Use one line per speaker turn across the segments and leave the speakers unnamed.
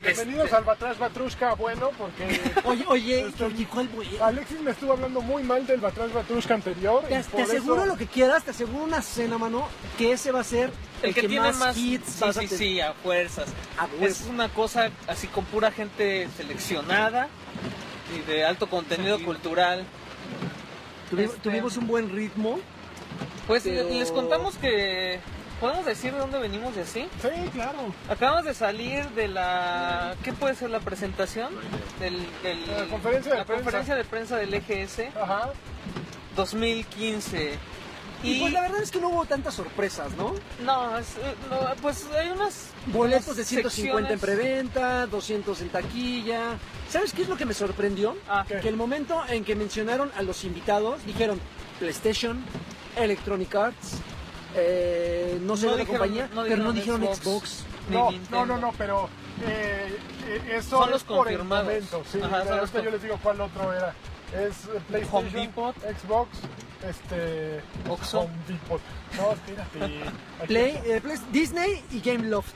Bienvenidos
Este-
al Batrás Batrushka bueno, porque
Oye, oye, oye, ¿cuál bueno?
Alexis me estuvo hablando muy mal del Batrás Batrushka anterior.
Te,
y
te
por
aseguro
eso-
lo que quieras, te aseguro una cena, mano, que ese va a ser el,
El que, tiene más
hits
Sí,
vas a
sí,
tener.
sí, a fuerzas.
Ah,
Es
pues,
una cosa así con pura gente seleccionada y de alto contenido cultural.
tuvi-
este-
Tuvimos un buen ritmo.
Pues
Pero-
les contamos que podemos decir de dónde venimos y así.
Sí, claro.
Acabamos de salir de la ¿qué puede ser la presentación? Del, del-
La conferencia de
la
prensa.
conferencia de prensa del E EGS
Ajá.
2015.
Y, pues la verdad es que no hubo tantas sorpresas, ¿no?
no, es- eh, no, pues hay unas
Boletos de
unas
150 en
secciones-
preventa, 200 en taquilla. ¿Sabes qué es lo que me sorprendió?
Ah,
¿Qué?
Que el momento en que mencionaron a los invitados, dijeron PlayStation, Electronic Arts, eh, no sé
No
de la
dijeron-
compañía,
no
pero no
dijeron
dijeron Xbox.
Xbox. ni
No,
Nintendo.
no, no, no, pero eh, eh, eso
Son
es
los
por el
confirmados.
momento, sí,
Ajá, son
ahorita
los con-
yo les digo cuál otro era. Es eh, PlayStation,
Home Depot.
Xbox, este...
Oxxo.
Home Depot. No, espérate. Aquí
Play,
está.
eh, Play- Disney y Game Loft.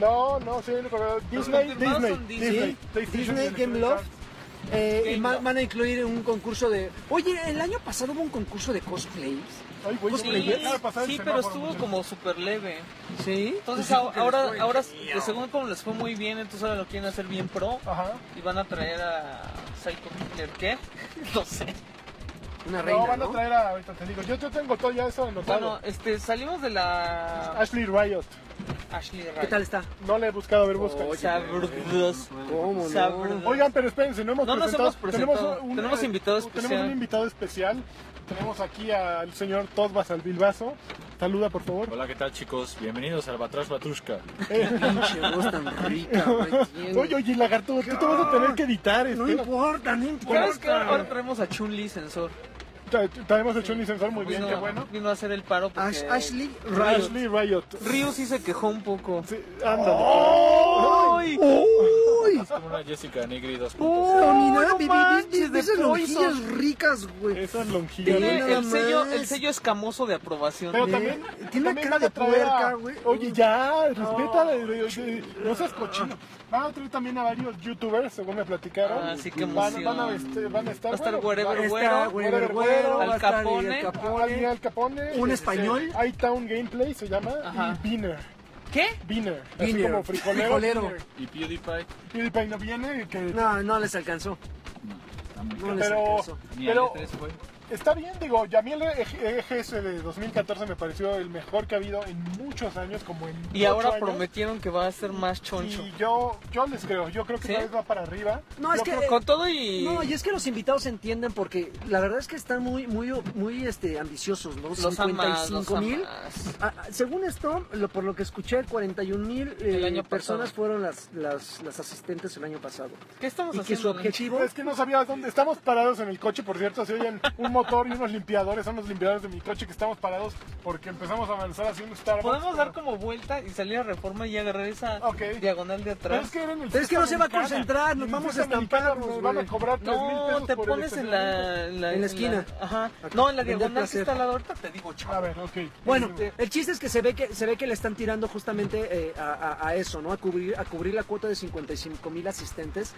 No, no, sí, lo que- Disney,
confirmados
Disney,
son Disney.
Disney,
Sí,
PlayStation
Disney,
y
Game
Electronic
Loft.
Arts.
Eh,
Game
y ma-
Loft.
van a incluir un concurso de... Oye, el año pasado hubo un concurso de cosplays.
Ay, güey, yo
Sí,
me lo acabo de pasar el
Pues sí, pero
semáforo,
estuvo
muchachos.
como súper leve.
¿Sí?
Entonces
Pues dijo que
ahora,
les fue
ahora
genial.
de según como les fue muy bien, entonces ahora lo quieren hacer bien pro
Ajá.
y van a traer a Psycho Killer, ¿qué? No sé.
Una reina,
no, van
¿no?
a traer a, ahorita te digo, yo, yo tengo todo ya eso anotado.
Bueno, este, salimos de la
Ashley Riot,
Ashley Oh, Ray.
¿Qué tal está?
no le he buscado, a ver, busca.
Sabrosos.
¿Cómo
Sabrosos.
Oigan, pero espérense, no hemos
No nos
presentado.
hemos presentado. Tenemos
eh,
invitado
Tenemos
especial.
un invitado especial. Tenemos aquí al señor Tosbas al Bilbaso. Saluda, por favor. Eh,
Hola, ¿qué tal chicos? Bienvenidos al Batrash Batrushka.
Pinche voz tan rica, güey, tiene.
Oye, oye, lagarto, tú te vas a tener que editar. este.
No
espera.
importa, no
¿Sabes qué? Ahora
importa.
traemos a Chun-Li Sensor.
Te- te- Te hemos hecho un licenciado muy bien,
vino,
qué bueno.
Vino a hacer el paro porque...
Ash- Ashley Riot.
Ashley Riot.
Ryu sí se quejó un poco.
Sí, ándale.
¡Oh! ¡Ay!
¡Uy!
Es como una Jessica Negri 2.0.
Dominada,
no
vi- vi- vi-
manches,
vi-
de
esas
Poison.
lonjillas ricas, güey.
Esas lonjillas.
Ve
Tiene
nada
el sello,
más.
el sello escamoso de aprobación.
Pero
Ve,
también.
Eh, tiene
también
cara
van a
de
traer a-
puerca, güey.
Oye, ya, respeta. de- de- de- No seas cochino. Van a traer también a varios youtubers, según me platicaron.
Ah, sí, qué
van, van, a,
emoción.
este, van a estar.
Va a estar Wherever
va-
Güero,
Está
güero,
Güero, Güero,
Al
va a estar
Capone.
el
Ah, Al
Capone.
Al Capone.
Un español.
iTown Gameplay se llama.
Ajá.
Y Biner.
¿Qué?
Biner. Así
Biner.
como frijolero.
Frijolero.
Biner.
Y PewDiePie.
PewDiePie no viene. Que,
No, no les alcanzó.
también.
No les
pero.
alcanzó.
Ni
Pero.
al E3 fue.
Está bien, digo, ya a mí el E- EGS de 2014 me pareció el mejor que ha habido en muchos años, como en
Y
ocho
ahora
¿eh? años.
prometieron que va a ser más choncho.
Y yo, yo les creo, yo creo que
¿Sí?
esta vez va para arriba.
No, es
Yo
que-
creo-
Con todo y...
No, y es que los invitados entienden porque la verdad es que están muy, muy, muy este, ambiciosos, ¿no?
Los amas, los
55 mil.
amas.
Ah, ah, según esto, lo- por lo que escuché, 41 mil eh,
El año
personas
pasado.
fueron las, las, las asistentes el año pasado.
¿Qué estamos
Y que su
haciendo?
objetivo
Es que no sabía dónde. Estamos parados en el coche, por cierto. Se oyen un motor y unos limpiadores. Son los limpiadores de mi coche que estamos parados porque empezamos a avanzar así un Starbucks.
Podemos dar
pero-
como vuelta y salir a reforma y agarrar esa
Ok.
diagonal de
Pero
atrás.
es que, era en el
Pero es que
Fiesta
no se va a
Americana.
concentrar, nos
En el
vamos a
Fiesta Americana
estamparnos,
Nos van a
güey.
cobrar 3 mil
no,
pesos.
te
por el
pones en la,
En la esquina.
ajá.
Acá.
No, en la
Vender
diagonal que
placer.
está la ahorita te digo,
estacionamiento.
chavo.
A ver, ok.
Bueno,
Buenísimo.
el chiste es que se ve que se ve que le están tirando justamente eh, a, a- a eso, ¿no? A cubrir a cubrir la cuota de 55 mil asistentes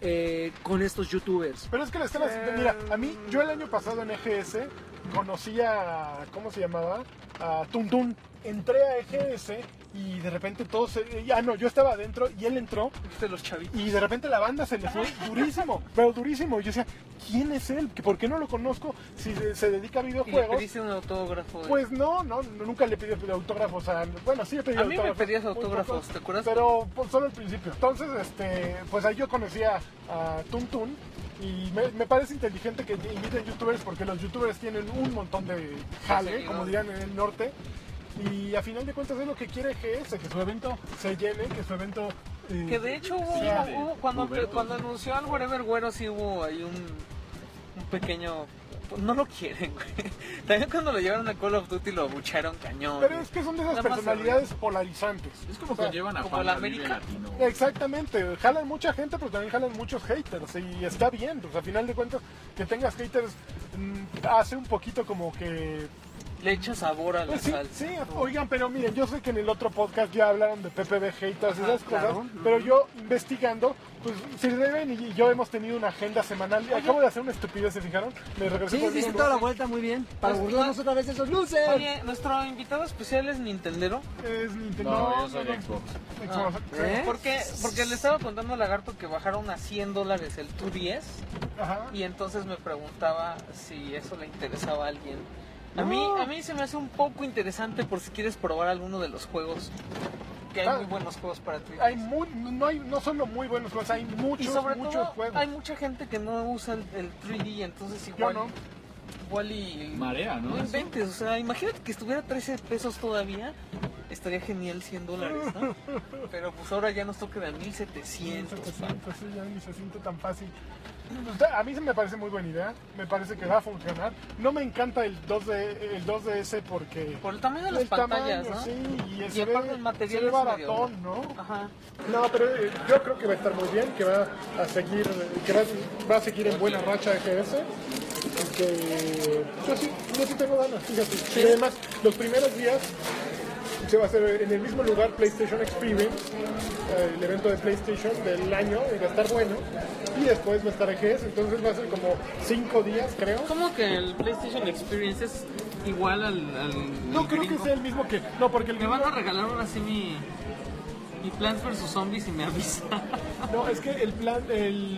eh, con estos youtubers.
Pero es que la escena. Mira, a mí, yo el año pasado en EGS conocí a. ¿Cómo se llamaba? A Tuntun. Entré a EGS y de repente todos. se- Ya no, yo estaba adentro y él entró
¿Viste los chavitos?
y de repente la banda se le fue durísimo, pero durísimo. Y yo decía, ¿quién es él? ¿Que ¿Por qué no lo conozco si se se dedica a
Y le
videojuegos?
pediste un autógrafo. de-
Pues no, no, nunca le pedí autógrafos a... Bueno, sí le pedí
A mí me
autógrafos,
pedías
muy
autógrafos,
pocos,
¿te acuerdas?
Pero pues, solo al principio. Entonces, este, pues ahí yo conocía a Tuntun y me, me parece inteligente que inviten youtubers porque los youtubers tienen un montón de jale,
Seguidores.
como dirían en el norte. Y a final de cuentas es lo que quiere GS, que su evento se llene, que su evento... eh,
Que de hecho hubo,
Sí,
hubo-
de-
hubo- cuando,
Huberto.
cuando anunció al Wherever Güero sí hubo ahí un, un pequeño... pues, No lo quieren, güey. También cuando lo llevaron a Call of Duty lo abucharon cañón.
Pero es que son de esas
Nada más
personalidades polarizantes.
Es como
O sea,
que llevan a
como
Juan
la
al Vive
América.
Latino.
Exactamente, jalan mucha gente, pero también jalan muchos haters y está bien, pues a final de cuentas que tengas haters mm, hace un poquito como que
se- le echa sabor a la
pues Sí,
salsa.
sí, oigan, pero miren, yo sé que en el otro podcast ya hablaron de PPBG y todas esas
Ajá,
cosas,
Ah, claro.
pero yo investigando, pues Sir Deben y yo hemos tenido una agenda semanal. Acabo de hacer una estupidez, ¿se fijaron? Me regresé
Sí,
por el
diste
mundo.
toda la vuelta muy bien. Para
Pues,
burlarnos
no.
otra vez de esos luces.
Oye, nuestro invitado especial es Nintendero.
Es Nintendo.
No, yo soy
no,
de Xbox.
no. Xbox,
¿Eh?
Porque, porque le estaba contando a Lagarto que bajaron a 100 dólares el 210
Ajá.
¿eh?
y entonces me preguntaba si eso le interesaba a alguien. A
No.
mí, a mí se me hace un poco interesante por si quieres probar alguno de los juegos. Que hay
Ah.
muy buenos juegos para ti.
Hay muy, no hay, no solo muy buenos juegos, hay
y
muchos,
sobre
muchos
todo,
juegos.
hay mucha gente que no usa el, el 3D, entonces
Yo
igual,
no.
igual y...
Marea,
No
¿no?
inventes, o sea, imagínate que estuviera 13 pesos todavía, estaría genial 100 dólares, ¿no? Pero pues ahora ya nos toca de 1700. pa.
700, sí, ya ni se siente tan fácil. Pues, A mí se me parece muy buena idea, me parece que va a funcionar. No me encanta el 2D, el 2DS porque...
Por el tamaño de las
el tamaño,
pantallas, ¿no?
Sí, y,
Y
se
aparte
ve-
el material
se ve
es medio-
baratón, ¿no?
Ajá.
No, pero eh, yo creo que va a estar muy bien, que va a seguir, que va, a- va a seguir en buena racha EGS. y Que yo sí, yo sí tengo ganas, fíjate. Y además, los primeros días se va a hacer en el mismo lugar PlayStation Experience, eh, el evento de PlayStation del año, y va a estar bueno. Y después va a estar EGS, entonces va a ser como cinco días, creo.
¿Cómo que el PlayStation Experience es igual al... al-
No
al
creo que
gringo?
sea el mismo que. No, porque el
Me van
gringo-
a regalar ahora sí mi... Mi Plants vs Zombies y me avisa.
No, es que el plan, el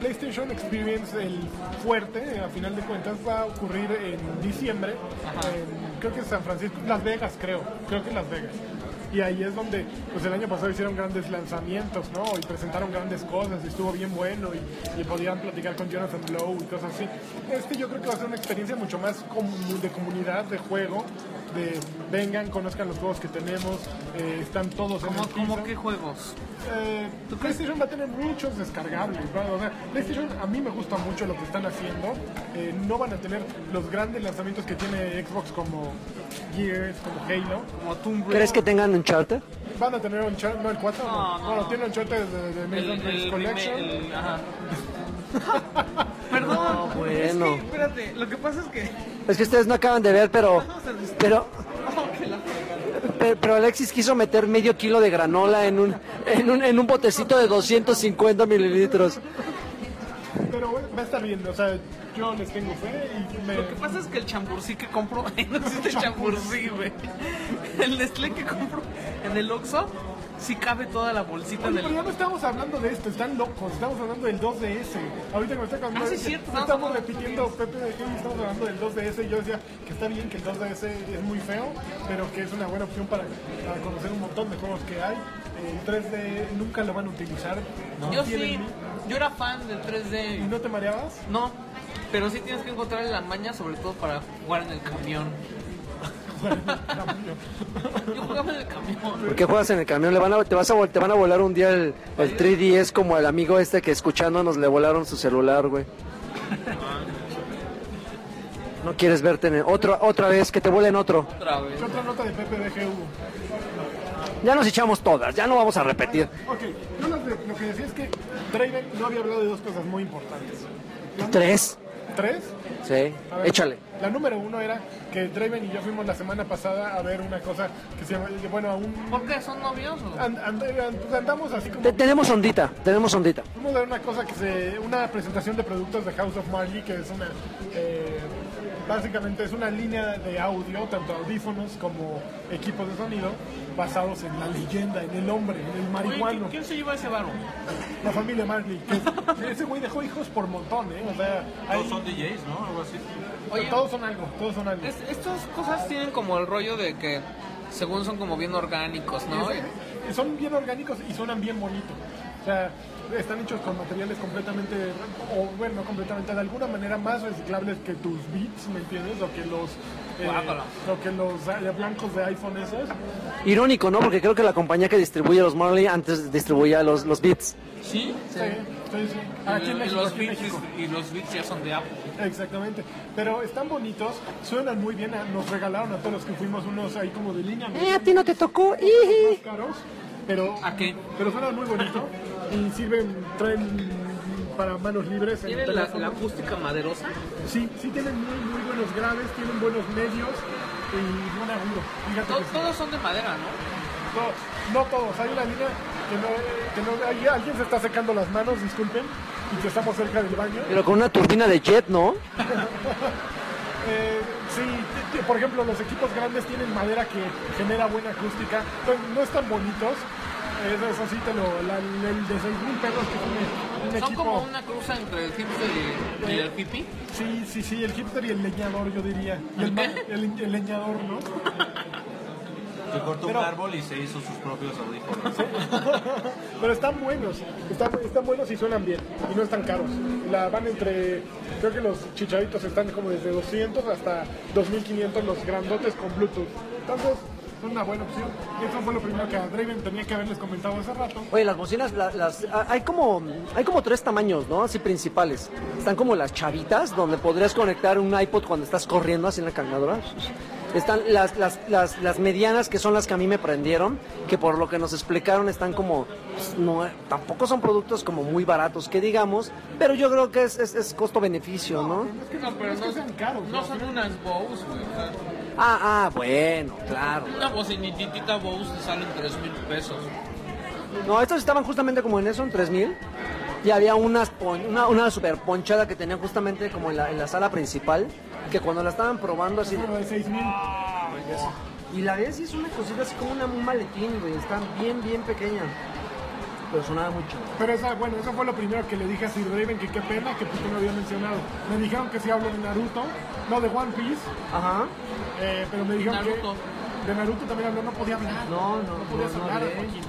PlayStation Experience, el fuerte, eh, a final de cuentas, va a ocurrir en diciembre. en- creo que en San Francisco, Las Vegas, creo. Creo que en Las Vegas. Y ahí es donde, pues el año pasado hicieron grandes lanzamientos, ¿no? Y presentaron grandes cosas, y estuvo bien bueno, y, y podían platicar con Jonathan Blow y cosas así. Este yo creo que va a ser una experiencia mucho más comu- de comunidad, de juego, de vengan, conozcan los juegos que tenemos, eh, están todos en
¿Cómo,
el
cómo
piso.
qué juegos?
Eh, PlayStation va a tener muchos descargables. ¿no? O sea, PlayStation a mí me gusta mucho lo que están haciendo. Eh, no van a tener los grandes lanzamientos que tiene Xbox como Gears, como Halo.
Como Tomb Raider.
¿Crees que tengan un charter?
Van a tener Uncharted, no el 4.
No,
No,
no,
Bueno,
no.
tiene Uncharted de, de
El,
Maze
el,
Runner
el-
Collection.
el- ajá. Perdón,
No, bueno.
es que, espérate, lo que pasa es que...
Es que ustedes no acaban de ver, pero, pero,
No, que la fregada.
pe- pero Alexis quiso meter medio kilo de granola en un, en un, en un botecito de 250 mililitros.
Pero bueno, va a estar bien. O sea, yo les tengo fe y me.
Lo que pasa es que el chambursí que compro... Ay, no existe el chambursí, güey. El Nestlé que compro en el Oxxo, sí cabe toda la bolsita
Oye,
del...
pero ya no estamos hablando de esto, están locos, estamos hablando del 2DS. Ahorita que me está contando,
Ah, sí, es cierto,
estamos,
estamos hablando del
repitiendo Pepe de Gil, estamos hablando del 2DS. Yo decía que está bien que el 2DS es muy feo, pero que es una buena opción para, para conocer un montón de juegos que hay. El 3D nunca lo van a utilizar. no
Yo
tienen
sí,
ni-
yo era fan del
¿Y
3D.
no te mareabas?
No, pero sí tienes que encontrar la maña, sobre todo para jugar en el camión.
Bueno, cambio.
Yo jugaba en el camión.
Porque juegas en el camión, le van a, te, vas a, vol- te van a volar un día el, el 3DS como el amigo este que escuchándonos le volaron su celular, güey. No quieres verte en el- otro, otra vez, que te vuelen otro.
Otra vez.
¿Qué otra nota de Pepe de Gil hubo?
Ya nos echamos todas, ya no vamos a repetir.
Ok, yo lo, que- lo que decía es que Draven no había hablado de dos cosas muy importantes.
Tres.
¿Tres?
Sí,
A ver,
échale.
La número uno era que Draven y yo fuimos la semana pasada a ver una cosa que se llama, bueno, a un...
¿Por qué son novios? o?
and- and- and- andamos así como...
Te- tenemos ondita, tenemos ondita.
Fuimos a ver una cosa que se... Una presentación de productos de House of Marley, que es una... eh, básicamente es una línea de audio, tanto audífonos como equipos de sonido, basados en la leyenda, en el hombre, en el
Oye,
marihuano.
¿quién- ¿Quién se lleva ese barro?
La familia Marley. que ese güey dejó hijos por montón, ¿eh? O sea, hay-
Todos son DJs, ¿no? Algo así.
Oye,
todos son algo, todos son algo.
es- estas cosas tienen como el rollo de que según son como bien orgánicos, ¿no?
Es- eh, son bien orgánicos y suenan bien bonito. O sea, están hechos con materiales completamente, o bueno, no completamente, de alguna manera más reciclables que tus beats, ¿me entiendes? O que los, eh,
Guácala.
o que los eh, blancos de iPhone esos.
Irónico, ¿no? Porque creo que la compañía que distribuye los Marley antes distribuía los, los Beats.
Sí,
Sí, sí, sí. Aquí en
Y
México,
los
aquí en
beats,
México.
y los beats ya son de Apple.
Exactamente. Pero están bonitos, suenan muy bien. ah, Nos regalaron a todos los que fuimos unos ahí como de línea.
Eh, a ti no te tocó.
más caros, pero,
¿A qué?
pero suenan muy bonito y sirven, traen para manos libres. en el teléfono.
acústica maderosa?
Sí, sí tienen muy, muy buenos graves, tienen buenos medios, y de un agudo. Fíjate
To-
que sí.
todos son de madera, ¿no?
No, no todos. Hay una línea que no, que no- ahí alguien se está secando las manos, disculpen, y que estamos cerca del baño.
Pero con una turbina de jet, ¿no?
Eh, sí, t- t- por ejemplo, los equipos grandes tienen madera que genera buena acústica. No- No están bonitos. Eso, eso sí, te lo, la- el de 6.000 perros que tiene un
Son
equipo.
como una cruza entre el hipster y el, y el hippie.
Sí, sí, sí, el hipster y el leñador, yo diría. Y el, ma- el- el leñador, ¿no?
Se cortó
Pero-
un árbol y se hizo sus propios audífonos.
Pero están buenos, están, están buenos y suenan bien, y no están caros. La van entre, creo que los chicharitos están como desde 200 hasta 2500 los grandotes con Bluetooth. Entonces, es una buena opción. Y eso fue lo primero que a Draven tenía que haberles comentado hace rato.
Oye, las bocinas, la- las, ah, hay como hay como tres tamaños, ¿no? Así principales. Están como las chavitas, donde podrías conectar un iPod cuando estás corriendo así en la cargadora. Están las, las, las, las medianas, que son las que a mí me prendieron, que por lo que nos explicaron están como, pues, no, eh, tampoco son productos como muy baratos, que digamos, pero yo creo que es, es, es costo-beneficio, ¿no?
No, pero
es que sean caros,
no
¿no?
son unas Bose, güey. o sea,
Ah, ah, bueno, claro.
Una bocinitita Bose te salen 3 mil pesos.
No, estos estaban justamente como en eso, en 3000. Y había unas pon- una, una super ponchada que tenían justamente como en la, en la sala principal, que cuando la estaban probando así...
Uno de 6000.
Y la ves y es una cosita así como una, un maletín, güey. Está bien, bien pequeña. Pero sonaba mucho.
Pero esa, bueno, eso fue lo primero que le dije a Sir Draven, que qué pena, que porque no había mencionado. Me dijeron que sí hablo de Naruto, no de One Piece,
Ajá.
eh, pero me dijeron
Naruto.
que de Naruto también habló, no podía hablar.
No, no,
no podías
no, no
hablar,
hablé.
Joaquín.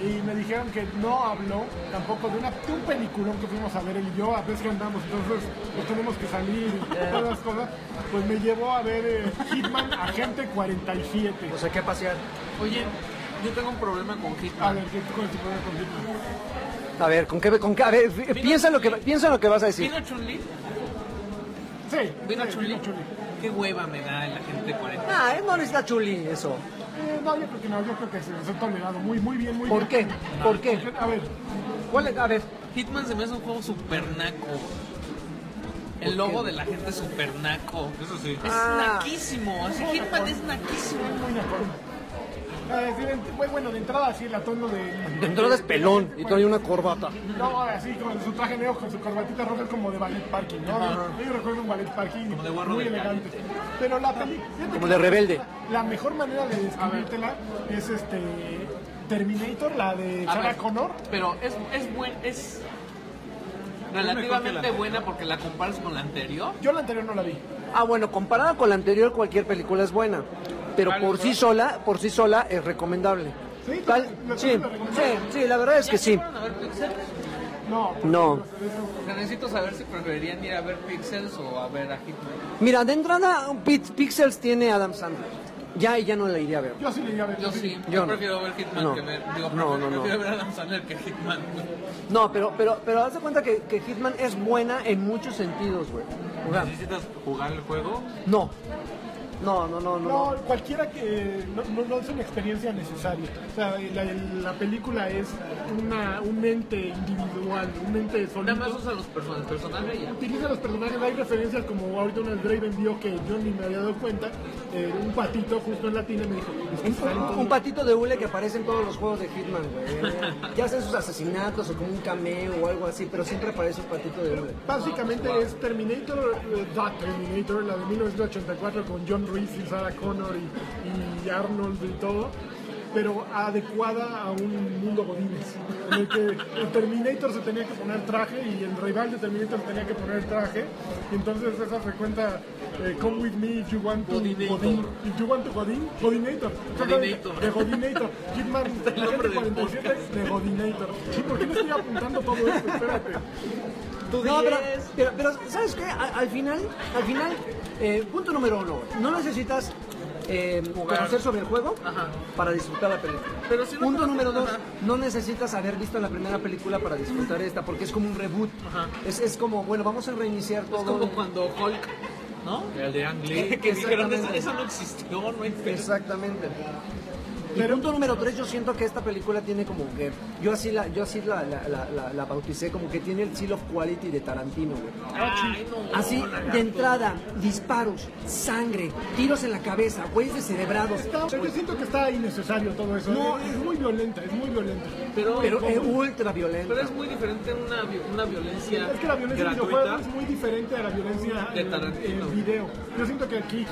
Y me dijeron que no habló tampoco de, una, de un peliculón que fuimos a ver él y yo, a veces que andamos, entonces pues tenemos que salir y todas las cosas. Pues me llevó a ver eh, Hitman Agente 47.
O sea, qué pasear.
Oye, yo tengo un problema con Hitman.
A ver, ¿qué con el tipo de con Hitman?
A ver, ¿con qué? Con qué a ver, fi- piensa en lo que, piensa en lo que vas a decir.
¿Vino Chun-Li?
Sí,
¿Vino
sí,
Chun-Li?
vino Chun-Li.
Qué hueva me da la gente 40.
Ah, no necesita chuli eso.
Eh, no, yo creo que no, yo creo que se les ha tolerado muy, muy bien, muy
¿Por qué?
bien.
¿Por qué?
A ver,
¿Cuál es? A ver.
Hitman se me hace un juego super naco. El logo de la gente es super naco.
Eso sí.
Es
Ah.
naquísimo. Así Hitman es naquísimo.
muy de acuerdo. Eh, sí, de- bueno, bueno, de entrada sí, el atono de...
De entrada es pelón y trae una corbata.
No, así con su traje negro, con su corbatita roja, es como de ballet parking, ¿no? Yo, yo recuerdo un ballet parking
de guarro
muy
de
elegante. Pero la película...
Como de rebelde.
La mejor manera de describírtela es este... Terminator, la de
A
Sarah
ver,
Connor.
Pero es, es buen, es
mejor que
relativamente
la-
buena porque la comparas con la anterior.
Yo la anterior no la vi.
Ah, bueno, comparada con la anterior, cualquier película es buena. Pero
Vale,
por sí
¿verdad?
sola, por sí sola es recomendable.
¿Sí?
Tal-
¿La
sí,
película recomendable?
sí, sí, la verdad es
Ya
que sí.
fueron a ver Pixels?
No.
No.
O sea, necesito saber si preferirían ir a ver Pixels o a ver a Hitman.
Mira, de entrada, Pi- Pixels tiene a Adam Sandler. Ya, y ya no la iría a ver.
Yo sí le iba a ver.
Yo sí, yo,
Yo no.
prefiero ver Hitman
No.
que ver. Digo,
No, no,
prefiero,
no.
prefiero ver a Adam Sandler que Hitman. güey.
No, pero, pero, pero haz de cuenta que, que Hitman es buena en muchos sentidos, güey. O sea,
Necesitas jugar el juego.
no. No, no, no, no.
No,
no.
cualquiera que no, no- no es una experiencia necesaria. O sea, la, la película es una, un ente individual, un ente
Nada más
solito.
usan los personajes, personajes y ya.
Utiliza los personajes, hay referencias como ahorita una Draven vio que yo ni me había dado cuenta, eh, un patito justo en latina me dijo, "Es que salen todos
Un patito de hule que aparece en todos los juegos de Hitman, güey. Ya hacen sus asesinatos o como un cameo o algo así, pero siempre aparece un patito de hule.
Básicamente es Terminator, eh, The Terminator, la de 1984 con John Reese y Sarah Connor y, y Arnold y todo, pero adecuada a un mundo godines. En el que el Terminator se tenía que poner traje y el rival de Terminator se tenía que poner traje. Y entonces esa se cuenta, eh, come with me if you want to
Godinator.
Godin. If you want to Godin, Godinator.
Godinator.
De Godinator. Hitman, la gente
nombre del
47 de Godinator. Sí, ¿Por qué me estoy apuntando todo esto? Espérate.
No, pero, pero, pero, ¿sabes qué? A- Al, final, al final eh, punto número uno, no necesitas eh, conocer sobre el juego
Ajá.
para disfrutar la película.
Pero si no
punto
conoces-
número dos,
ajá.
no necesitas haber visto la primera película para disfrutar esta, porque es como un reboot.
Ajá.
Es, es como, bueno, vamos a reiniciar todo.
Es como cuando Hulk, ¿no?
El de Ang Lee.
Que dijeron,
Exactamente.
eso, eso no existió, no hay peso.
Exactamente. Y punto número tres, yo siento que esta película tiene como que. Yo así la, yo así la, la, la- la- la bauticé, como que tiene el seal of quality de Tarantino, güey. Así, de entrada, disparos, sangre, tiros en la cabeza, güeyes descerebrados.
Está- yo siento que está innecesario todo eso.
No,
es, es muy violenta, es muy violenta.
Pero,
Pero es ultra
pero
violento.
es muy diferente una, vi- una violencia
Es que la violencia en
gratuita.
videojuegos es muy diferente a la violencia
De
en,
Tarantino.
en video. Yo siento que aquí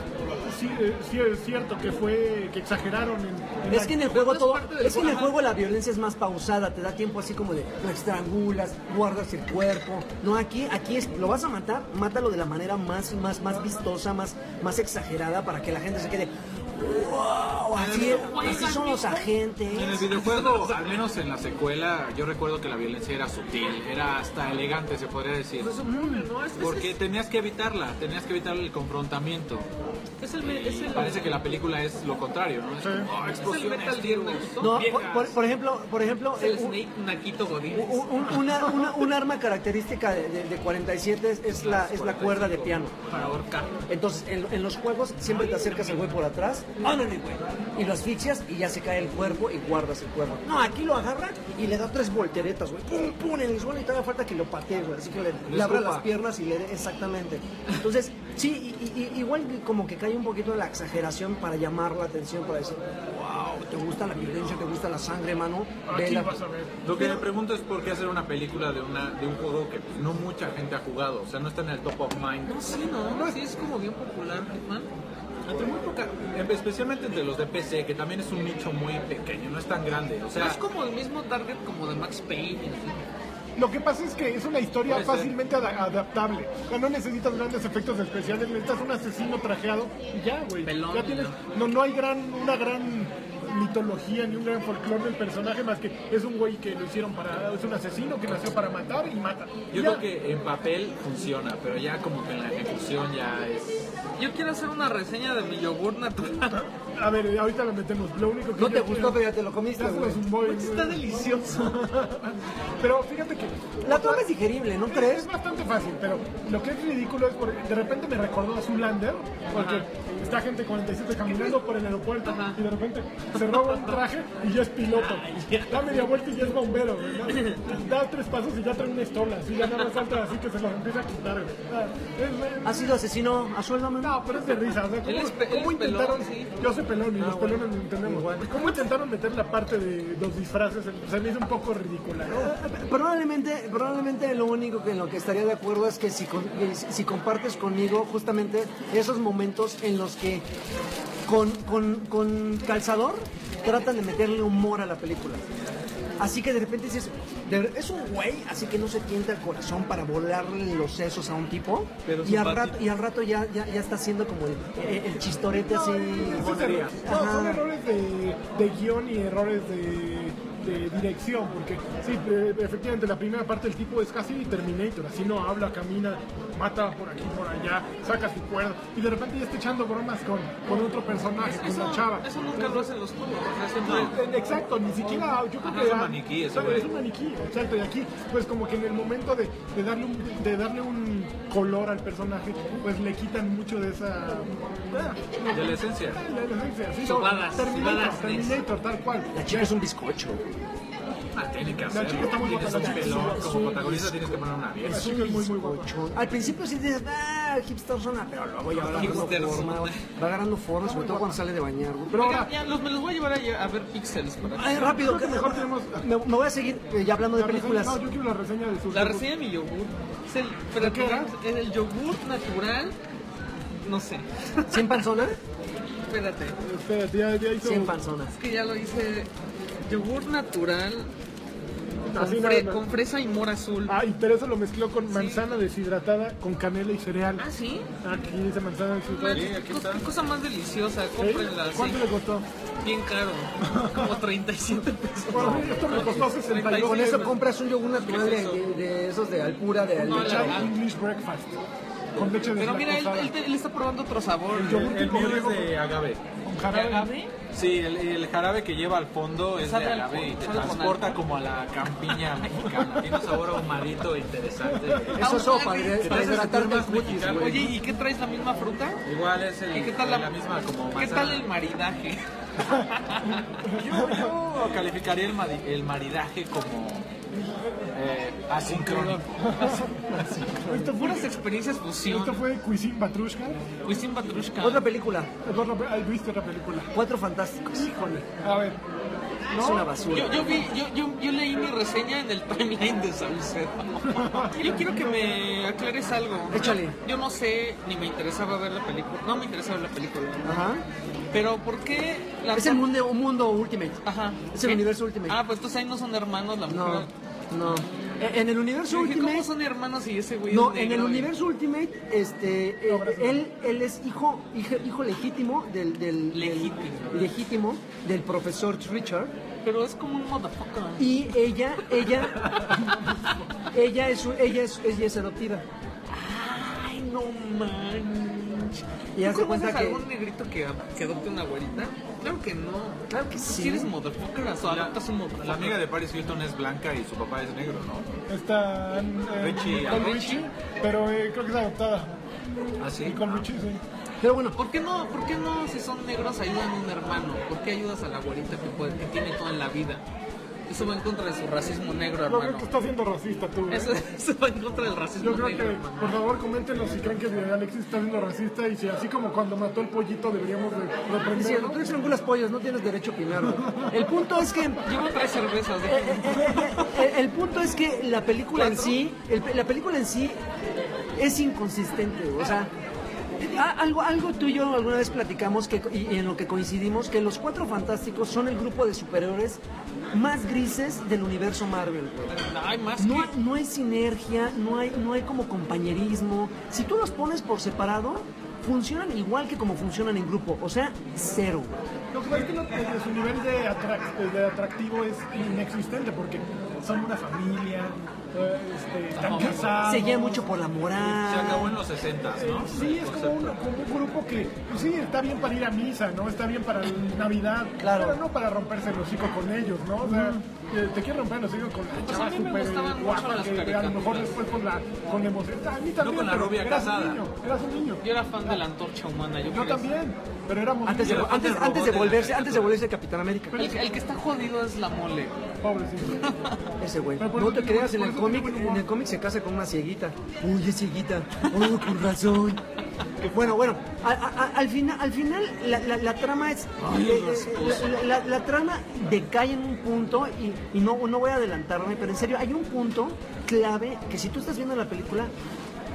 sí, eh, sí es cierto que fue que exageraron en, en
Es
la-
que en el juego
Pues, es
todo,
parte del
es que en el
juego.
juego la violencia es más pausada, te da tiempo así como de lo estrangulas, guardas el cuerpo. No, aquí, aquí es, lo vas a matar, mátalo de la manera más, más, más vistosa, más, más exagerada para que la gente se quede. Wow, así, así son los
En el
agentes.
videojuego, al menos en la secuela, yo recuerdo que la violencia era sutil, era hasta elegante, se podría decir.
Pues, hombre, no, es, es-
Porque tenías que evitarla, tenías que evitar el confrontamiento.
es el, me- es
Y
el-
parece que la película es lo contrario, ¿no? Es como, "Oh,
Es
explosiones,
el Metal
tiros,
Gear, ¿no?
No,
viejas".
por, por- por ejemplo, por ejemplo,
es el
eh, un-
Snake Naquito Godín.
Un, un- una- una- un arma característica de, de- de 47 es, es la, es la cuerda de piano.
Para ahorcar.
Entonces, en, en los juegos siempre te acercas al güey por atrás, ándale, güey, y lo asfixias y ya se cae el cuerpo y guardas el cuerpo. No, aquí lo agarra y le da tres volteretas, güey, pum, pum, en el suelo y todavía falta que lo patee, güey, así que le, le abra
escupa.
las piernas y le dé exactamente. Entonces, sí, y- y- y- igual que como que cae un poquito de la exageración para llamar la atención, para decir, wow, te gusta la violencia, te gusta la sangre, mano,
Aquí
Vela".
vas a ver.
Lo que me pregunto es por qué hacer una película de, una, de un juego que pues, no mucha gente ha jugado, o sea, no está en el top of mind.
No, sí, no, no, sí es como bien popular, Hitman.
Entre muy poca- em- especialmente entre los de PC, que también es un nicho muy pequeño, no es tan grande. O
No
sea,
es como el mismo target como de Max Payne, en fin.
Lo que pasa es que es una historia
Puede ser.
fácilmente ada- adaptable. O sea, no necesitas grandes efectos especiales, necesitas un asesino trajeado y ya, güey.
Pelón,
Ya tienes, no, no hay gran, una gran mitología ni un gran folclore del personaje más que es un güey que lo hicieron para, es un asesino que nació para matar y mata.
yo
Ya.
creo que en papel funciona, pero ya como que en la ejecución ya es...
Yo quiero hacer una reseña de mi yogur natural.
A ver, ahorita lo metemos. Lo único que
No te
yo
gustó,
quiero-
pero ya te lo comiste,
Ya se
güey.
los voy,
Está
güey.
delicioso.
Pero fíjate que
La trama es digerible, ¿no
Es-
crees?
Es bastante fácil, pero lo que es ridículo es porque de repente me recordó a Zoolander, porque
Ajá.
está gente 47 caminando por el aeropuerto
Ajá.
y de repente se roba un traje y ya es piloto. Da media vuelta y ya es bombero, güey. Da, da tres pasos y ya trae una estola, así ya nada más salta así que se los empieza a quitar, güey. Ah, es- es-
¿Ha sido asesino a sueldo, man?
no, pero es de risa. O sea, ¿cómo,
Él es pe-
cómo
él es
intentaron?
pelón, sí. Ah,
Yo soy pelón y los pelones lo entendemos. ¿Cómo intentaron meter la parte de los disfraces? Se me hizo un poco ridícula, ¿no?
Probablemente, probablemente lo único que en lo que estaría de acuerdo es que si, con- que si- si compartes conmigo justamente esos momentos en los que con, con- con calzador tratan de meterle humor a la película. Así que de repente dices, de- es un güey, así que no se tienta el corazón para volarle los sesos a un tipo.
Pero
y, al
simpático.
rato, y al rato ya, ya, ya está haciendo como el, el- el chistorete así.
Esos errores- no, son
Ajá.
errores de, de guión y errores de, de dirección, porque sí, eh, efectivamente la primera parte del tipo es casi Terminator, así no habla, camina, mata por aquí, por allá, saca su cuerda, y de repente ya está echando bromas con, con otro personaje, con la chava.
Eso, eso nunca lo hacen los juegos. o sea, siempre-
Eh, Exacto, ni siquiera yo creo
Ajá,
que
es un
ah,
maniquí ese
pero
güey.
es un maniquí, exacto, y aquí pues como que en el momento de, de darle un, de darle un color al personaje, pues le quitan mucho de esa ah,
De la esencia.
la esencia, sí, no,
Sobadas,
Terminator,
sobadas de esas.
Terminator, tal cual.
La chica es un bizcocho.
Ah, tiene que
La chica
hacerlo.
está muy
Tienes
guapa,
un
la chica.
pelón, como protagonista tienes que poner una
La
vieja.
chica es muy muy guapa.
Bizcocho. Al principio sí dices, ah, hipster zona, pero luego ya va agarrando
Hipster
forma.
zona.
Va agarrando forma, sobre todo cuando sale de bañar. güey. Pero
Oiga,
ahora,
ya, los, me los voy a llevar a, a ver Pixels. Para...
ay, rápido,
Creo que mejor tenemos-
me, me voy a seguir eh, ya hablando de
La reseña-
películas.
No, yo quiero la reseña de sus
La reseña de mi yogur. Es el, pero
qué era?
es el yogur natural. No sé.
¿Cien panzona?
Espérate.
Espérate, ya, ya hizo
Cien panzona.
Es que ya lo hice. Yogur natural con,
así
fre-
nada más.
con fresa y mora azul.
Ah, y Teresa lo mezcló con manzana deshidratada con canela y cereal.
Ah, sí.
Aquí dice manzana deshidratada.
Qué- qué cosa más deliciosa, cómprenla.
¿Eh?
sí.
¿Cuánto le costó?
Bien caro, como 37 pesos.
Bueno, esto me costó 68.
Con
36.
eso compras un yogur natural
¿Qué es
de, de- de esos de alpura, de
No, la-
leche.
Chai English breakfast. Con leche
Pero mira, él,
deslactosada.
él, él está probando otro sabor.
Yo-
El, el mío es de agave.
Con jarabe.
Sí, el, el jarabe que lleva al fondo es de
Sabe al-
agave y te
sabe con
transporta
alcohol.
como a la campiña mexicana. Tiene un sabor ahumadito interesante.
Eso es sopa, para,
Que te
para
hace
hidratarte
sentir
el
más
cutis,
mexicano.
güey.
Oye, ¿y qué traes la misma fruta?
Igual es el,
¿Y qué tal la,
la, misma como
¿Qué
manzana.
tal el maridaje?
Yo, yo calificaría el, mari- el maridaje como eh, asincrónico.
Esto fue,
Puras experiencias fusión. Pues
esto fue Cuisine Batrushka.
Cuisine Batrushka.
Otra película,
Otra- ¿Has visto otra película?
Cuatro Fantásticos. Híjole,
A ver,
es una basura.
Yo, yo, vi, yo, yo, yo leí mi reseña en el timeline de Saucedo. Yo quiero que me aclares algo.
Échale.
Yo no sé, ni me interesaba ver la película. No me interesaba la película.
Ajá.
Pero ¿por qué la
Es el mundo, un mundo Ultimate.
Ah.
Ajá.
Es el
¿Qué?
universo Ultimate.
Ah, pues entonces ahí no son hermanos la
No,
mujer.
no. E- En el universo
Yo dije,
Ultimate.
¿Cómo son hermanos y ese güey
No,
es
en el
negro eh? y-
universo Ultimate, este, eh, él, él es hijo, hijo, hijo legítimo del, del, del-
Legítimo.
legítimo del profesor Richard
Pero es como un motherfucker.
y ella, ella, ella es, su- ella es, ella es adoptiva.
Ay, no manches.
Y haz de
¿Tú
cuenta
conoces
que-
algún negrito que, que adopte una güerita? Claro que no.
Claro que sí.
Si eres motherfucker, o adoptas un
La,
motherfucker.
la amiga de Paris Hilton es blanca y su papá es negro, ¿no?
está
Richie,
con
ah,
Richie, pero eh, creo que es adoptada.
Ah, sí.
Y con Richie, sí.
Pero bueno,
¿Por qué no? ¿Por qué no si son negros ayudan a un hermano? ¿Por qué ayudas a la güerita que, puede- que tiene todo en la vida? Eso va en contra de su racismo negro,
Yo creo
hermano.
que está siendo racista tú. ¿eh?
Eso, eso va en contra del racismo
Yo creo
negro,
que,
hermano.
por favor, coméntenos si creen que Alexis está siendo racista y si así como cuando mató el pollito deberíamos de
si
reprenderlo.
tú estrangulas pollos, no tienes derecho a opinar. güey. El punto es que
Llevo tres cervezas.
Eh, eh,
déjenme.
eh, eh, el punto es que la película en
¿Cuatro?
sí, el- la película en sí es inconsistente, o sea, a- algo, algo tú y yo alguna vez platicamos que, y, y en lo que coincidimos que los Cuatro Fantásticos son el grupo de superhéroes más grises del universo Marvel. güey.
Ay, más
No,
que...
hay- no hay sinergia, no hay, no hay como compañerismo. Si tú los pones por separado, funcionan igual que como funcionan en grupo, o sea, cero. güey.
Lo que pasa es que no- eh, su nivel de, atrac- eh, de atractivo es inexistente porque son una familia, eh, este, están
Ah,
casados.
Se guía mucho por la
Se
moral.
acabó en los 60,
Eh,
¿no?
Sí, es como un, como un grupo que, pues sí, está bien para ir a misa, ¿no? Está bien para el Navidad,
Claro.
pero no para romperse el hocico con ellos, ¿no? O sea, eh, te quieres romper el hocico con la
Pues a
chava
mí me
súper
gustaban mucho
guapa
las
que a lo mejor
caricaturas.
después con la con la emoción. A mí también,
con la
pero
rubia
eras
casada.
Un niño, eras un niño.
Yo era fan de la antorcha humana. Yo,
Yo
quería-
también, pero éramos
Antes de,
niños,
antes, antes de volverse, antes de volverse Capitán América.
El, el que está jodido es la mole.
pobrecitos.
Ese güey.
Pero por
No
eso
te
tiene
creas, en
buen-
el
por eso tiene
cómic,
buen
en
humor.
el cómic se casa con una cieguita. Uy, es cieguita. Uy, con razón. Bueno, bueno, a- a- a- al final, al final la, la- la trama es. eh, eh, la, la- la trama decae en un punto, y, y no, no voy a adelantarme, pero en serio, hay un punto clave que si tú estás viendo la película,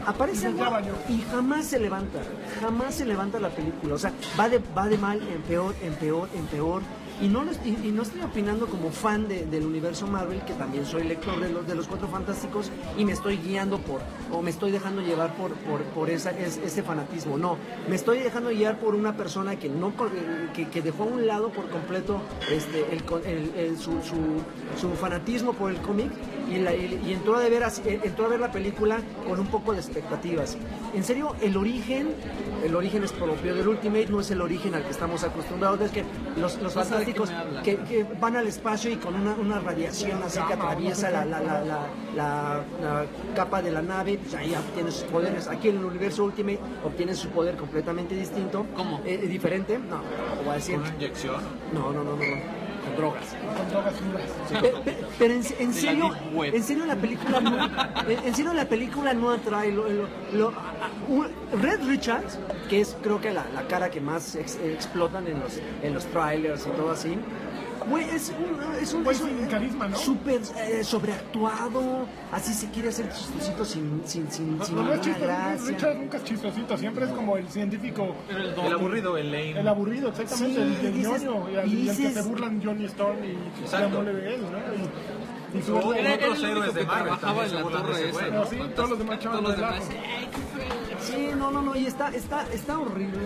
aparece
Y se
algo
clava yo.
y jamás se levanta, jamás se levanta la película, o sea, va de, va de mal en peor, en peor, en peor, y no, lo es- y, y no estoy opinando como fan de- del universo Marvel, que también soy lector de los, de los Cuatro Fantásticos, y me estoy guiando por, o me estoy dejando llevar por, por, por esa, es- ese fanatismo, no, me estoy dejando guiar por una persona que, no, con- eh, que, que dejó a un lado por completo este, el, con- el- el- su, su- su fanatismo por el cómic y, la- y- y entró, a de ver así- eh, entró a ver la película con un poco de expectativas. En serio, el origen, el origen es propio del Ultimate, no es el origen al que estamos acostumbrados, es que los, los
No sé de qué
fantásticos
me hablan.
que, que van al espacio y con una, una radiación así que atraviesa la, la- la- la- la- la capa de la nave, pues ahí obtiene sus poderes. Aquí en el universo Ultimate obtiene su poder completamente distinto.
¿Cómo?
Eh, eh, diferente, no, no voy a decir.
Una inyección.
No, no, no, no, no. Con drogas.
con drogas duras.
Pe- pe- Pero en, en
De la
serio,
Deep Web.
en serio la película no, en en serio la película no atrae lo- lo- lo- a- a- un- Red Richards, que es creo que la, la cara que más ex- explotan en los en los trailers y todo así. güey, es un, es un-
Güey
es un-
Pues sin carisma, ¿no?
Súper eh, sobreactuado, así se quiere hacer chistosito sin, sin, sin, sin
No, no es
ninguna
chistoso,
gracia.
Richard nunca es chistosito, siempre es como el científico,
El aburrido, el lame.
el aburrido, exactamente,
Sí,
el, el
dices-
ñoño, y al, y al que se
dices-
burlan Johnny Storm y la
Exacto.
mole de él, ¿no? Y, y su
Pero
odio,
era-
¿no?
otros héroes de Marvel
trabajaba
también
en
se
la
burlan de
torre
ese
esa,
güey,
¿no?
¿no? Sí, todos los demás
Todos
chavos
los
de
demás
lado.
"Ay, qué fregado".
Sí, no, no, no, y está, está, está horrible.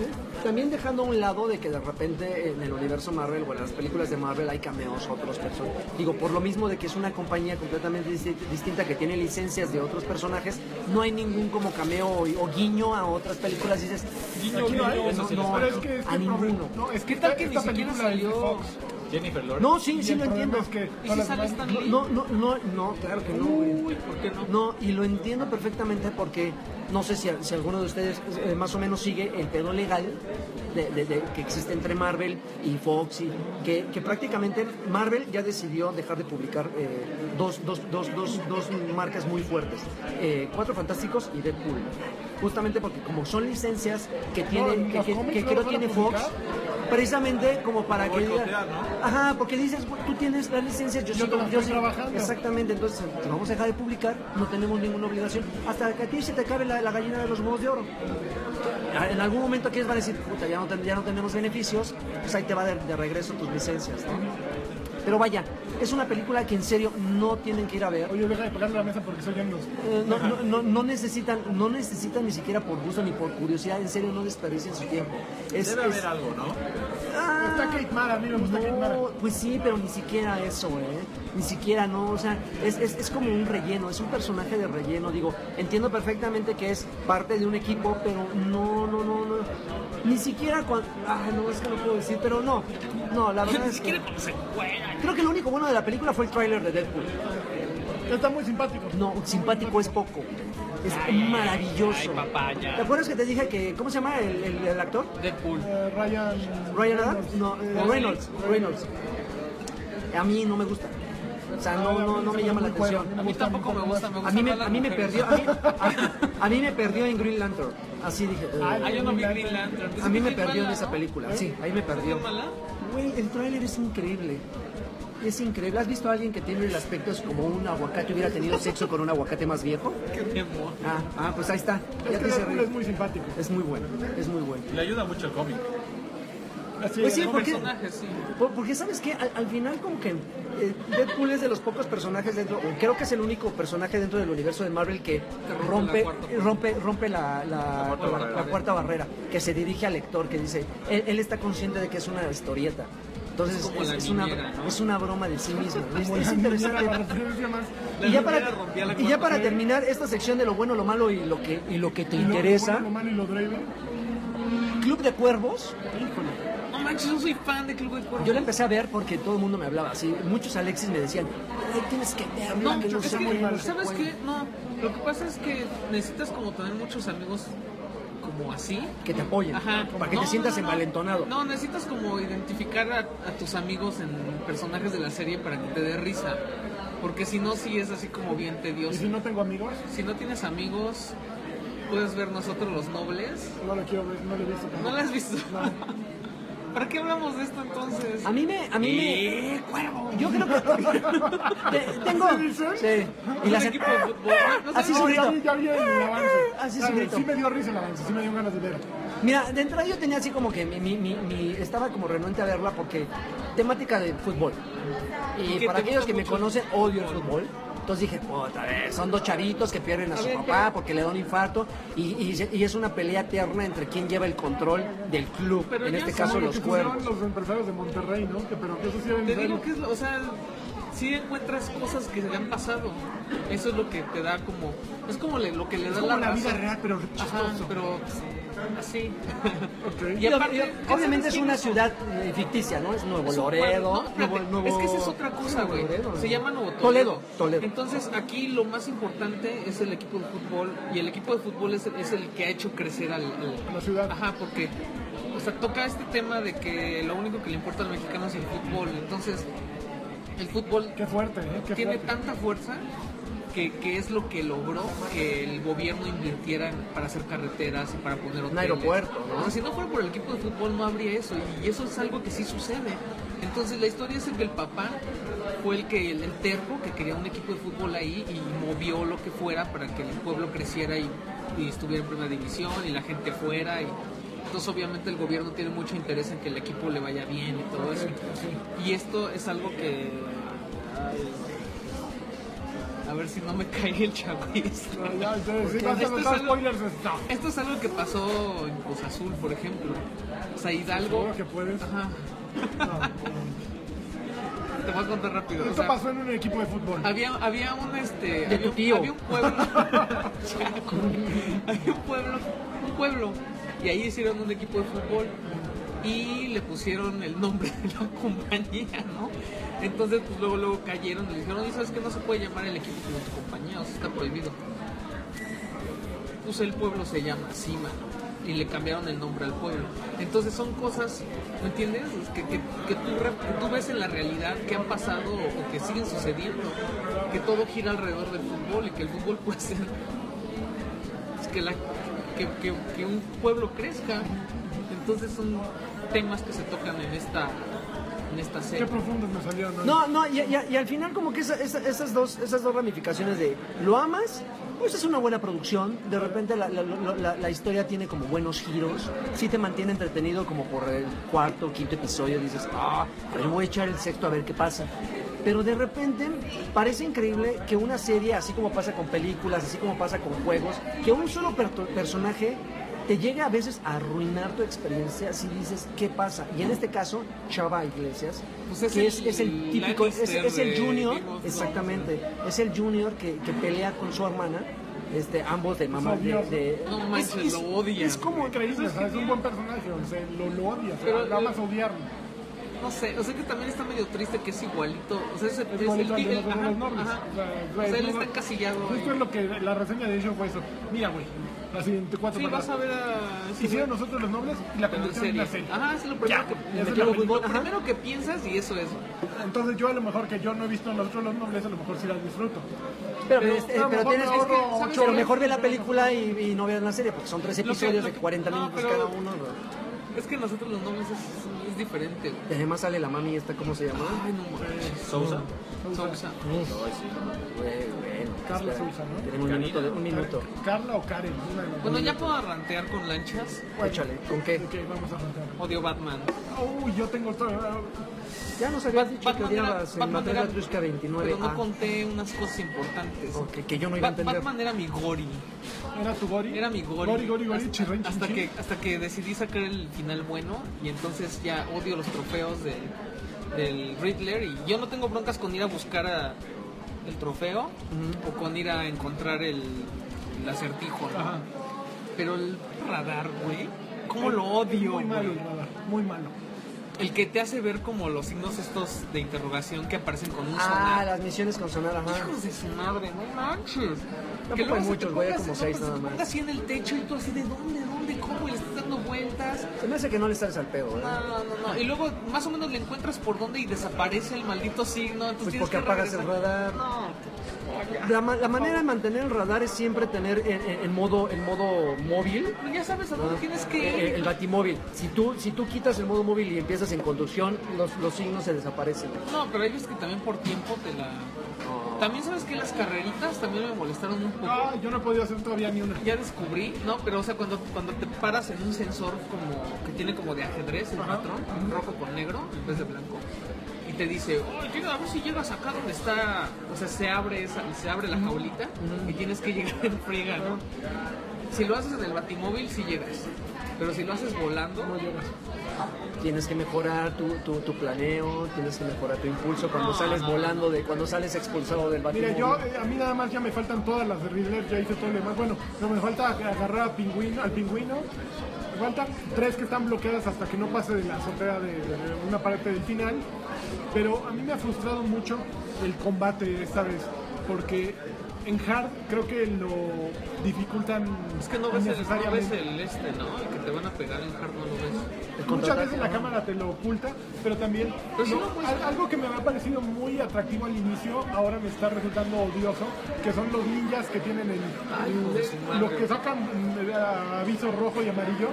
También dejando a un lado de que de repente en el universo Marvel o en las películas de Marvel hay cameos a otros personajes. Digo, por lo mismo de que es una compañía completamente disti- distinta que tiene licencias de otros personajes, no hay ningún como cameo o, o guiño a otras películas. Dices,
Guiño,
aquí no hay,
guiño, eso sí les
no,
creo.
Pero es que este
a
problema-
ninguno.
No, es que
¿Qué tal
esta-
que ni
esta
siquiera
película es de
salió?
Fox.
Jennifer Lawrence.
No, sí,
Y
sí
el
lo
problema
entiendo.
es que
¿Y
son
si
las
sale
más-
Stan Lee?
Pues, No, no, no, no, claro que no. güey.
Uy, ¿por qué no?
No, y lo entiendo perfectamente porque no sé si, si alguno de ustedes eh, más o menos sigue el pedo legal de- de- de- que existe entre Marvel y Fox, y que, que prácticamente Marvel ya decidió dejar de publicar eh, dos, dos- dos- dos- dos marcas muy fuertes, eh, Cuatro Fantásticos y Deadpool. Justamente porque como son licencias que tienen,
No,
que,
los
que-
cómics
que
no
creo
los van a
tiene Fox, precisamente como para que
Boicotear,
diga-
¿no?
Ajá, porque dices, "Güey, tú tienes las licencias, yo,
Yo
sí-
te las
yo
estoy
sí-
trabajando.
Exactamente, entonces te vamos a dejar de publicar, no tenemos ninguna obligación. Hasta que a ti se te acabe la, la gallina de los huevos de oro. Ah, En algún momento aquí van a decir, puta, ya no, ten- ya no tenemos beneficios, pues ahí te va de, de regreso tus licencias, ¿no? Pero vaya, es una película que en serio no tienen que ir a ver.
Oye, deja de pegarle a la mesa porque soy Young
Eh, No, no, no, no necesitan, no necesitan ni siquiera por gusto ni por curiosidad, en serio no desperdicien su tiempo. Es-
Debe
es-
haber algo, ¿no?
Ah,
Está Kate Mara, a mí me gusta Kate Mara.
no, pues sí, pero ni siquiera eso, ¿eh? Ni siquiera, no, o sea, es, es- es como un relleno, es un personaje de relleno, digo, entiendo perfectamente que es parte de un equipo, pero no, no, no, no, ni siquiera cuando, ah, no, es que no puedo decir, pero no, no, la verdad es que, creo que lo único bueno de la película fue el tráiler de Deadpool,
Está muy simpático.
no, simpático es poco, es maravilloso. ¿Te acuerdas que te dije que, cómo se llama el- el- el actor?
Deadpool.
Eh, Ryan.
Ryan Adams, no, eh, Reynolds, Reynolds. A mí no me gusta. O sea, no, no, no me llama la atención.
A mí tampoco me gusta, me gusta
A mí me,
más las
a mí me
mujeres.
perdió, a mí, a- a mí me perdió en Green Lantern. Así dije. eh,
Ah, yo no vi Green Lantern.
a mí me
Es
perdió en
mala,
esa
¿no?
película. Sí, ahí me perdió.
¿Es mala?
Güey, el tráiler es increíble. Es increíble. ¿Has visto a alguien que tiene el aspecto es como un aguacate hubiera tenido sexo con un aguacate más viejo?
Qué tiempo.
Ah, ah, pues ahí está.
Es que
Ya te hice
Deadpool
reír.
es muy simpático.
Es muy bueno, es muy bueno.
Le ayuda mucho el cómic.
Así
Pues sí,
es.
porque
Personaje, sí.
Por- Porque sabes que al, al final como que eh, Deadpool es de los pocos personajes dentro, o creo que es el único personaje dentro del universo de Marvel que rompe
rompe la cuarta pared.
rompe rompe la, la-
cuarta
la-
barrera.
la cuarta barrera, que se dirige al lector, que dice, él, él está consciente de que es una historieta. Entonces
Es como
es,
la
es una,
niñera, ¿no?
es una broma de sí mismo. ¿no? Es,
Como
es
la niñera, la
interesante.
referencia más.
La
Y ya,
niñera
para,
rompía la
y ya
cuarta
para
pared.
terminar esta sección de lo bueno, lo malo y lo que, y lo que te
Y lo-
interesa,
Lo humano y lo Draven.
Club de Cuervos,
No manches, yo soy fan de Club de Cuervos.
Yo la empecé a ver porque todo el mundo me hablaba así. Muchos Alexis me decían, "Ay, tienes que verla,
No,
que no
es
sea
que,
muy mal".
¿sabes qué? No, lo que pasa es que necesitas como tener muchos amigos como así.
Que te apoyen,
Ajá.
para que
No,
te sientas
no, no.
envalentonado.
No, necesitas como identificar a, a tus amigos en personajes de la serie para que te dé risa. Porque si no, sí es así como bien
Y
tedioso.
si no tengo amigos,
Si no tienes amigos, puedes ver nosotros los nobles.
no lo quiero ver, no lo he visto.
¿No
tampoco.
la has visto?
No.
¿Para qué hablamos de esto entonces?
A mí me, a mí me, yo creo que Te- tengo, sí, y Ah,
Un
las,
equipo de fútbol. No sé,
así
no,
su
No, ya
grito. Ah,
vi, ya vi el avance.
Así
Ya
se
vi,
grito.
Sí me dio risa el avance, sí me dio ganas de ver.
Mira, de entrada yo tenía así como que mi, mi- mi- mi- estaba como renuente a verla porque temática de fútbol. Y
¿Qué
para
te
aquellos
gusta
que me
mucho?
conocen, odio el fútbol. Entonces dije, otra vez, son dos chavitos que pierden a,
A
su
ver,
papá
¿qué?
porque le da un infarto y, y se- y es una pelea eterna entre quién lleva el control del club,
Pero
en
ya
este
es
caso
Como
los
que pusieron
cuervos.
los empresarios de Monterrey, ¿no? Que, pero que eso sí era
Te
en
digo
serio.
que es, o sea, si encuentras cosas que se han pasado. Eso es lo que te da como, es como le- lo que le
Es
da
como
la
la vida
raza.
real, pero
Ajá,
chistoso.
pero pues, así.
Ok.
Y
aparte,
ob- y ob-
¿qué
obviamente
sabes
es
quién
una
hizo?
ciudad eh, ficticia, ¿no? Es Nuevo
Es un
Loredo.
pueblo. No, espérate,
Nuevo-
Es que esa es
Nuevo-
otra cosa, güey.
Loredo,
Se
¿no?
llama Nuevo
Toledo. Toledo.
Entonces, aquí lo más importante es el equipo de fútbol. Y el equipo de fútbol es, es el que ha hecho crecer al, al-
La ciudad.
Ajá, porque. O sea, toca este tema de que lo único que le importa al mexicano es el fútbol. Entonces, el fútbol
Qué fuerte, ¿eh? Qué
tiene
fuerte.
tanta fuerza que, que es lo que logró que el gobierno invirtiera en- para hacer carreteras y para poner hoteles.
aeropuerto, ¿no?
O sea, si no fuera por el equipo de fútbol no habría eso y eso es algo que sí sucede. Entonces la historia es el que el papá fue el que el, el terco que quería un equipo de fútbol ahí y movió lo que fuera para que el pueblo creciera y, y estuviera en primera división y la gente fuera y entonces obviamente el gobierno tiene mucho interés en que el equipo le vaya bien y todo eso. Y esto es algo que a ver si no me cae el chavis.
Ya, entonces, sí, vas a
Esto es
soltar
algo-
spoilers. No.
Esto es algo que pasó en Cruz Azul, por ejemplo. O sea, Hidalgo.
Seguro que puedes.
Ajá. Te voy a contar rápido. o
Esto
sea,
pasó en un equipo de fútbol.
había, había un este. había,
tu
un-
tío.
había un pueblo. había un pueblo. Un pueblo. Y ahí hicieron un equipo de fútbol. Y le pusieron el nombre de la compañía, ¿no? Entonces, pues luego, luego cayeron y le dijeron, "Oye, ¿sabes que no se puede llamar el equipo como tu compañía? O sea, está prohibido. Pues el pueblo se llama así, mano. Y le cambiaron el nombre al pueblo. Entonces son cosas, ¿me entiendes? Es que, que- que tú, re- que tú ves en la realidad que han pasado o que siguen sucediendo. Que todo gira alrededor del fútbol y que el fútbol puede ser es que, la, que, que- que un pueblo crezca. Entonces son temas que se tocan en esta, en esta
Qué
serie.
profundos me salieron. hoy.
No, no, y, y- y al final como que esa- esa- esas, dos, esas dos ramificaciones de lo amas, pues es una buena producción, de repente la, la- la- la- la historia tiene como buenos giros, sí te mantiene entretenido como por el cuarto o quinto episodio, dices, ah, pero voy a echar el sexto a ver qué pasa. Pero de repente parece increíble que una serie, así como pasa con películas, así como pasa con juegos, que un solo perto- personaje te llega a veces a arruinar tu experiencia si dices qué pasa. Y en este caso, Chava Iglesias,
Pues es
que es,
el
es el típico, es,
Lannister
es el
de
junior,
Game of Thrones.
exactamente, es el junior que, que pelea con su hermana, este, ambos de mamá, de,
odioso.
de-
No manches,
es- es-
lo odian,
Es como,
Increíble, o sea, es un buen personaje, o sea, lo, lo odias, o sea,
Pero-
lo amas a odiarlo.
No sé, o sea que también está medio triste que es igualito. O sea, es, es
Igualito al
el,
de
el-
los
ajá,
hermanos nobles.
ajá.
O sea,
O sea, él
no-
está encasillado.
Justo
ahí.
es lo que la reseña de hecho fue eso. Mira, güey, así en cuatro
Sí,
palabras.
vas a ver a. sí,
Hicieron
güey,
nosotros los nobles y la
pero en
convirtieron en una
serie.
serie.
Ajá, es lo primero
Ya,
que.
esa es
lo,
la película.
lo primero que piensas y eso es.
Entonces yo a lo mejor que yo no he visto nosotros los nobles, a lo mejor sí la disfruto.
pero,
Pero,
este,
a lo
pero
mejor
tienes
me ahorro
pero
ocho horas.
mejor ve la película y, y no veas la serie, porque son tres
Lo que-
episodios
lo
de
que-
40
no,
minutos
pero-
cada uno. güey.
Es que nosotros los nobles es, es- es diferente. güey.
Y además sale la mami esta, ¿cómo se llama?
Ay, no manches.
Sousa.
Sousa.
Güey, bueno,
Carla
espera,
Sousa, ¿no?
Tenemos un minuto, de- un minuto.
Carla o Karen, una de las
Bueno,
dos.
ya puedo arrantear con lanchas.
Bueno,
Échale, ¿con qué?
Ok, vamos a arrancar.
Odio Batman.
Uy, yo tengo ah, todo.
Ya nos habías
Bat-
dicho que
era-
odiabas en
Batman
materia
era-
Trusca
Pero
Ah.
no
29A,
conté unas cosas importantes.
porque que yo no iba a
Bat-
entender.
Batman era mi gori.
¿Era tu Gori?
Era mi gori.
Gori, Gori, Gori,
hasta,
chirrín,
hasta
chin,
que,
chin.
hasta que decidí sacar el final bueno y entonces ya odio los trofeos de, del Riddler y yo no tengo broncas con ir a buscar a- el trofeo o con ir a encontrar el, el acertijo. ¿no?
Ajá.
Pero el radar, güey, ¿cómo lo odio?
Muy malo,
güey?
nada, muy malo.
El que te hace ver como los signos estos de interrogación que aparecen con un
Ah,
sonar.
las misiones con sonar, ajá.
Hijos de su madre, no manches.
Tampoco hay
luego se te
pues, muchos, güey, hay
pongas-
como
no,
seis
pero se
nada
te
más.
ponga así en el techo y tú así de dónde, dónde, cómo, y le estás dando vueltas.
Se me hace que no le sales al pedo, ¿eh?
No,
¿verdad?
no, no. Y luego más o menos le encuentras por dónde y desaparece el maldito signo. Entonces
Pues
tienes
porque
que
apagas el
regresar.
radar.
No,
La, ma- la manera de mantener el radar es siempre tener en, en- en modo, en modo móvil.
pero pues, ya sabes a dónde tienes que ir.
Ah, El, el batimóvil. Si tú, si tú quitas el modo móvil y empiezas en conducción, los, los signos se desaparecen.
No, pero ellos que también por tiempo te la.
Oh.
También sabes que las carreritas también me molestaron un poco.
Ah, yo no he podido hacer todavía ni una.
Ya descubrí, no, pero o sea, cuando, cuando te paras en un sensor como que tiene como de ajedrez el patrón, rojo con negro en vez de blanco, y te dice, oh, llega, a ver si llegas acá donde está, o sea, se abre, esa, se abre la jaulita y tienes que llegar en friega, ¿no? Si lo haces en el batimóvil, sí llegas, pero si lo haces volando,
Tienes que mejorar tu, tu- tu planeo, tienes que mejorar tu impulso cuando sales volando, de cuando sales expulsado del batimóvil.
Mira, yo, eh, a mí nada más ya me faltan todas las de Riddler, ya hice todo lo demás. Bueno, no me falta agarrar a pingüino, al pingüino. Me faltan tres que están bloqueadas hasta que no pase de la azotea de, de una parte del final. Pero a mí me ha frustrado mucho el combate esta vez, porque en Hard creo que lo dificultan
es que no ves, el, no ves
innecesariamente.
el este, ¿no? El que te van a pegar en hard no lo ves.
El
Muchas
contraataque,
veces la cámara te lo oculta, pero también
Pero sí
no,
lo muestra.
al- algo que me había parecido muy atractivo al inicio, ahora me está resultando odioso, que son los ninjas que tienen el,
Ay, hijo
pues,
de su madre.
los que sacan mm, a- aviso rojo y amarillo,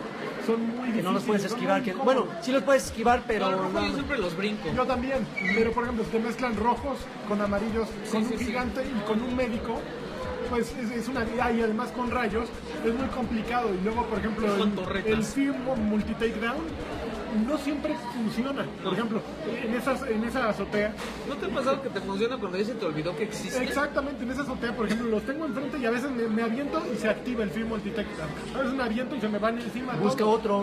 son muy
Que no los
difíciles,
puedes
son
esquivar.
muy
Que,
incómodos.
bueno, sí los puedes esquivar, pero...
Pero eh, no, rojo yo
no.
siempre los brinco.
yo también, pero por ejemplo, si te mezclan rojos con amarillos, con
sí,
un
sí.
gigante y con un médico. Pues es, es una ah, y además con rayos es muy complicado. Y luego, por ejemplo,
Con
el,
torretas.
el film multi takedown no siempre funciona. Por ejemplo, en, esas, en esa azotea,
¿No te ha pasado que te funciona cuando ya se te olvidó que existe?
exactamente en esa azotea, por ejemplo, los tengo enfrente y a veces me, me aviento y se activa el film multitech. A veces me aviento y se me van encima.
Busca
todo.
otro.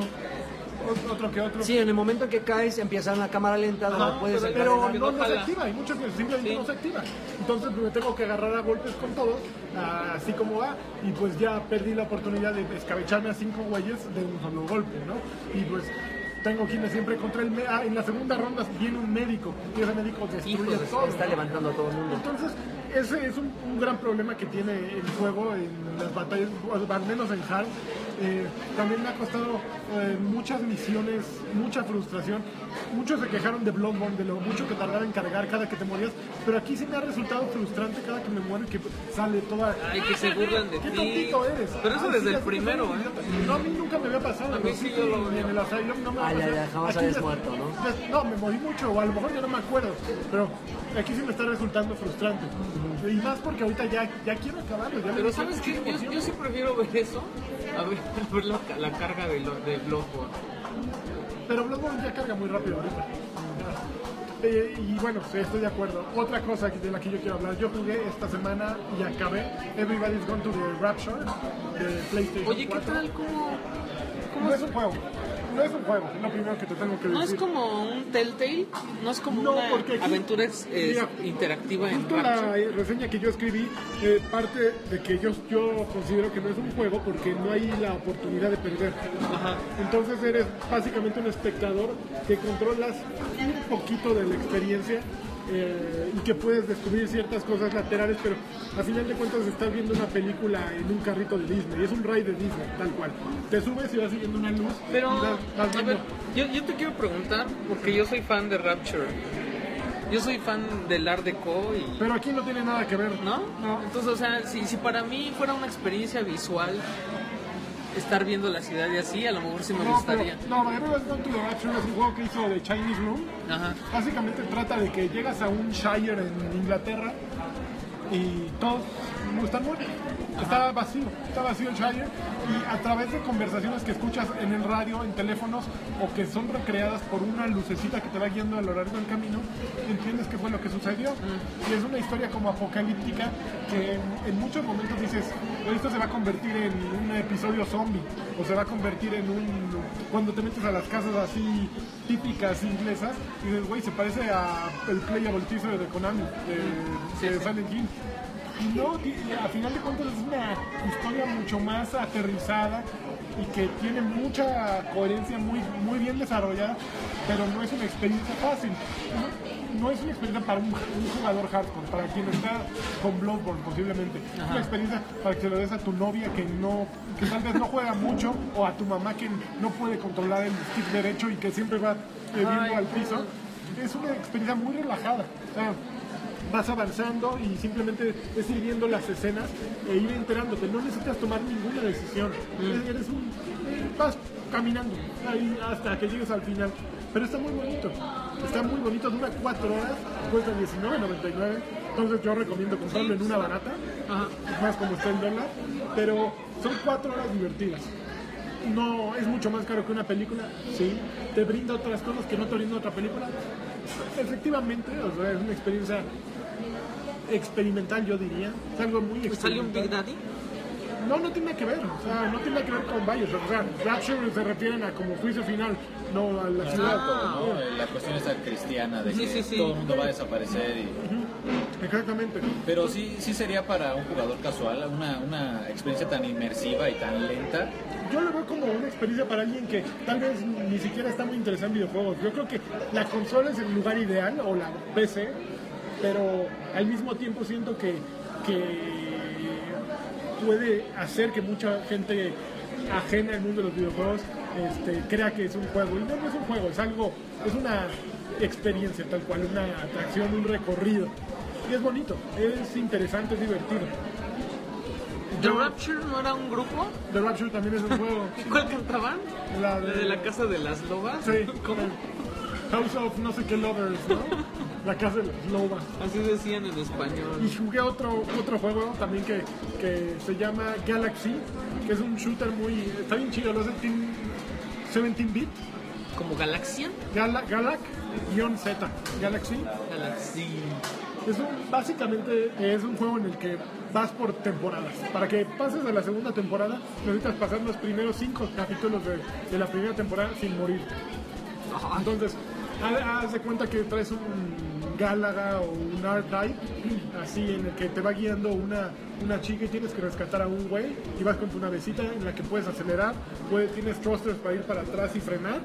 Ot- otro que otro.
Sí, en el momento en que caes empieza una cámara lenta donde
Ajá,
puedes...
pero,
sacar el
no,
cambio,
no se
ojalá.
activa, hay muchos que simplemente
Sí.
no se activa. Entonces pues, me tengo que agarrar a golpes con todo, ah, así como va, y pues ya perdí la oportunidad de escabecharme a cinco güeyes de un solo golpe, ¿no? Y pues tengo que irme siempre contra el... me- ah, en la segunda ronda viene un médico, y ese médico destruye
Hijo de-
todo.
Está levantando a todo el mundo.
Entonces, ese es un, un gran problema que tiene el juego en las batallas, o al menos en Hard. Eh, también me ha costado eh, muchas misiones, mucha frustración. Muchos se quejaron de Bloodborne, de lo mucho que tardaba en cargar cada que te morías, pero aquí sí me ha resultado frustrante cada que me muero y que sale toda...
Ay, que se burlan de
¡Qué
ti.
tontito eres!
Pero eso
Ah, sí,
desde
ya
el
sé que
primero,
soy un
¿eh?
idiota. No, a mí nunca me había pasado.
A mí
¿no?
sí yo lo
Ni en
veo.
el Asylum no me va a
Ah, ya,
pasar.
ya, jamás
Aquí
habías
des-
muerto, ¿no?
pues, No, me moví mucho, o a lo mejor yo no me acuerdo, pero aquí sí me está resultando frustrante. Y más porque ahorita ya, ya quiero acabarlo. Ya me
Pero
dio
¿sabes qué?
muchísimo
Yo, yo
tiempo.
sí prefiero ver eso a ver, a ver la, la carga de, lo, de Bloodborne.
Pero Bloodborne ya carga muy rápido ahorita. Eh, y bueno, sí, estoy de acuerdo. Otra cosa que- de la que yo quiero hablar, yo jugué esta semana y acabé Everybody's Gone to the Rapture de PlayStation
Oye, ¿qué
4.
tal? ¿Cómo, cómo
No es un juego, no es un juego, es lo primero que te tengo que decir.
¿No es como un Telltale? ¿No es como
No, porque
una
aquí-
aventura ex- es-
Mira,
interactiva en
Justo la
Rapture?
eh, reseña que yo escribí eh, parte de que yo, yo considero que no es un juego porque no hay la oportunidad de perder. Entonces eres básicamente un espectador que controlas un poquito de la experiencia eh, y que puedes descubrir ciertas cosas laterales, pero a final de cuentas estás viendo una película en un carrito de Disney, es un ride de Disney, tal cual. Te subes y vas siguiendo una luz.
Pero,
y vas- vas
a
viendo.
ver, yo, yo te quiero preguntar, porque yo soy fan de Rapture. Yo soy fan del Art Deco y
pero aquí no tiene nada que ver.
¿no? Entonces, o sea, si, si para mí fuera una experiencia visual estar viendo la ciudad y así, a lo mejor sí me
No, pero,
gustaría.
no, Everybody's Gone to the Rapture es un juego que hizo de Chinese Room.
Ajá.
Básicamente trata de que llegas a un Shire en Inglaterra y todos están muertos. Está vacío, está vacío el Shire y a través de conversaciones que escuchas en el radio, en teléfonos o que son recreadas por una lucecita que te va guiando a lo largo del camino, entiendes qué fue lo que sucedió. Y es una historia como apocalíptica que en, en muchos momentos dices, esto se va a convertir en un episodio zombie o se va a convertir en un... Cuando te metes a las casas así típicas inglesas y dices, güey, se parece a el playable teaser de Konami, de,
Sí,
de
sí.
Silent Hill". Y no, ti- y a final de cuentas es una historia mucho más aterrizada y que tiene mucha coherencia muy, muy bien desarrollada, pero no es una experiencia fácil. No- No es una experiencia para un, un jugador hardcore, para quien está con Bloodborne posiblemente. Es una experiencia para que se lo des a tu novia que no, que tal vez no juega mucho, o a tu mamá que no puede controlar el stick derecho y que siempre va eh, viendo
Ay,
al piso. Es una experiencia muy relajada. O sea, vas avanzando y simplemente es ir viendo las escenas e ir enterándote. No necesitas tomar ninguna decisión. Es- Eres un, eh, vas caminando ahí hasta que llegues al final. Pero está muy bonito. Está muy bonito. Dura 4 horas. Cuesta 19.99. Entonces yo recomiendo comprarlo en una barata. Más como está el dólar. Pero son 4 horas divertidas. No, es mucho más caro que una película, sí. Te brinda otras cosas que no te brinda otra película. Efectivamente, o sea, es una experiencia experimental, yo diría. Es algo muy
Pues sale un Big
experimental.
Daddy.
No, no tiene que ver, o sea, no tiene que ver con Bioshock. O sea, Rapture se refieren a como juicio final, no a
Ah.
la ciudad.
¿no? La cuestión esta cristiana de
Sí,
que
sí, sí.
todo el mundo va a desaparecer. y-
Exactamente.
Pero sí, sí sería para un jugador casual una, una experiencia tan inmersiva y tan lenta.
Yo lo veo como una experiencia para alguien que tal vez ni siquiera está muy interesado en videojuegos. Yo creo que la consola es el lugar ideal o la PC, pero al mismo tiempo siento que, que puede hacer que mucha gente ajena al mundo de los videojuegos este, crea que es un juego. Y no, no es un juego, es algo, es una experiencia tal cual, una atracción, un recorrido. Y es bonito, es interesante, es divertido.
¿The
Yo-
Rapture no era un grupo?
The Rapture también es un juego.
¿Y cuál cantaban?
La de-
de... la casa de las lobas.
Sí,
¿Cómo?
House of no sé qué lovers, ¿no? La casa de las lobas.
Así decían en español.
Y jugué otro, otro juego también que, que se llama Galaxy, que es un shooter muy... Está bien chido, lo hace Team 17-bit.
como Galaxian.
Gala, Galac-Z, Galaxy.
Galaxy.
Es un- básicamente es un juego en el que vas por temporadas. Para que pases a la segunda temporada, necesitas pasar los primeros cinco capítulos de, de la primera temporada sin morir. Entonces, ha- haz de cuenta que traes un Gálaga o un R-Type, así en el que te va guiando una, una chica y tienes que rescatar a un güey y vas con tu navecita en la que puedes acelerar, puedes, tienes thrusters para ir para atrás y frenar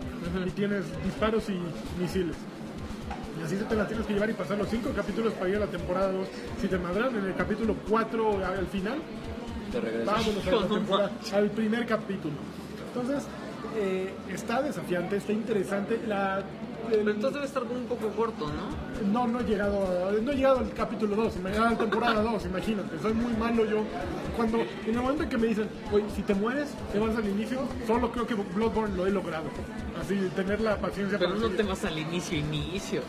y tienes disparos y misiles. Y así te la tienes que llevar y pasar los cinco capítulos para ir a la temporada 2. Si te madran en el capítulo 4 al final,
Te regreso.
vámonos a la temporada, al primer capítulo. Entonces, eh, está desafiante, está interesante. La, el-
Pero entonces debe estar como un poco corto, ¿no?
no, no he llegado, a- no he llegado al capítulo 2, a la temporada 2, imagínate, soy muy malo yo. Cuando, en el momento en que me dicen, oye, si te mueres, te vas al inicio, solo creo que Bloodborne lo he logrado. Así, tener la paciencia
Pero no
seguir.
te vas al inicio, inicio.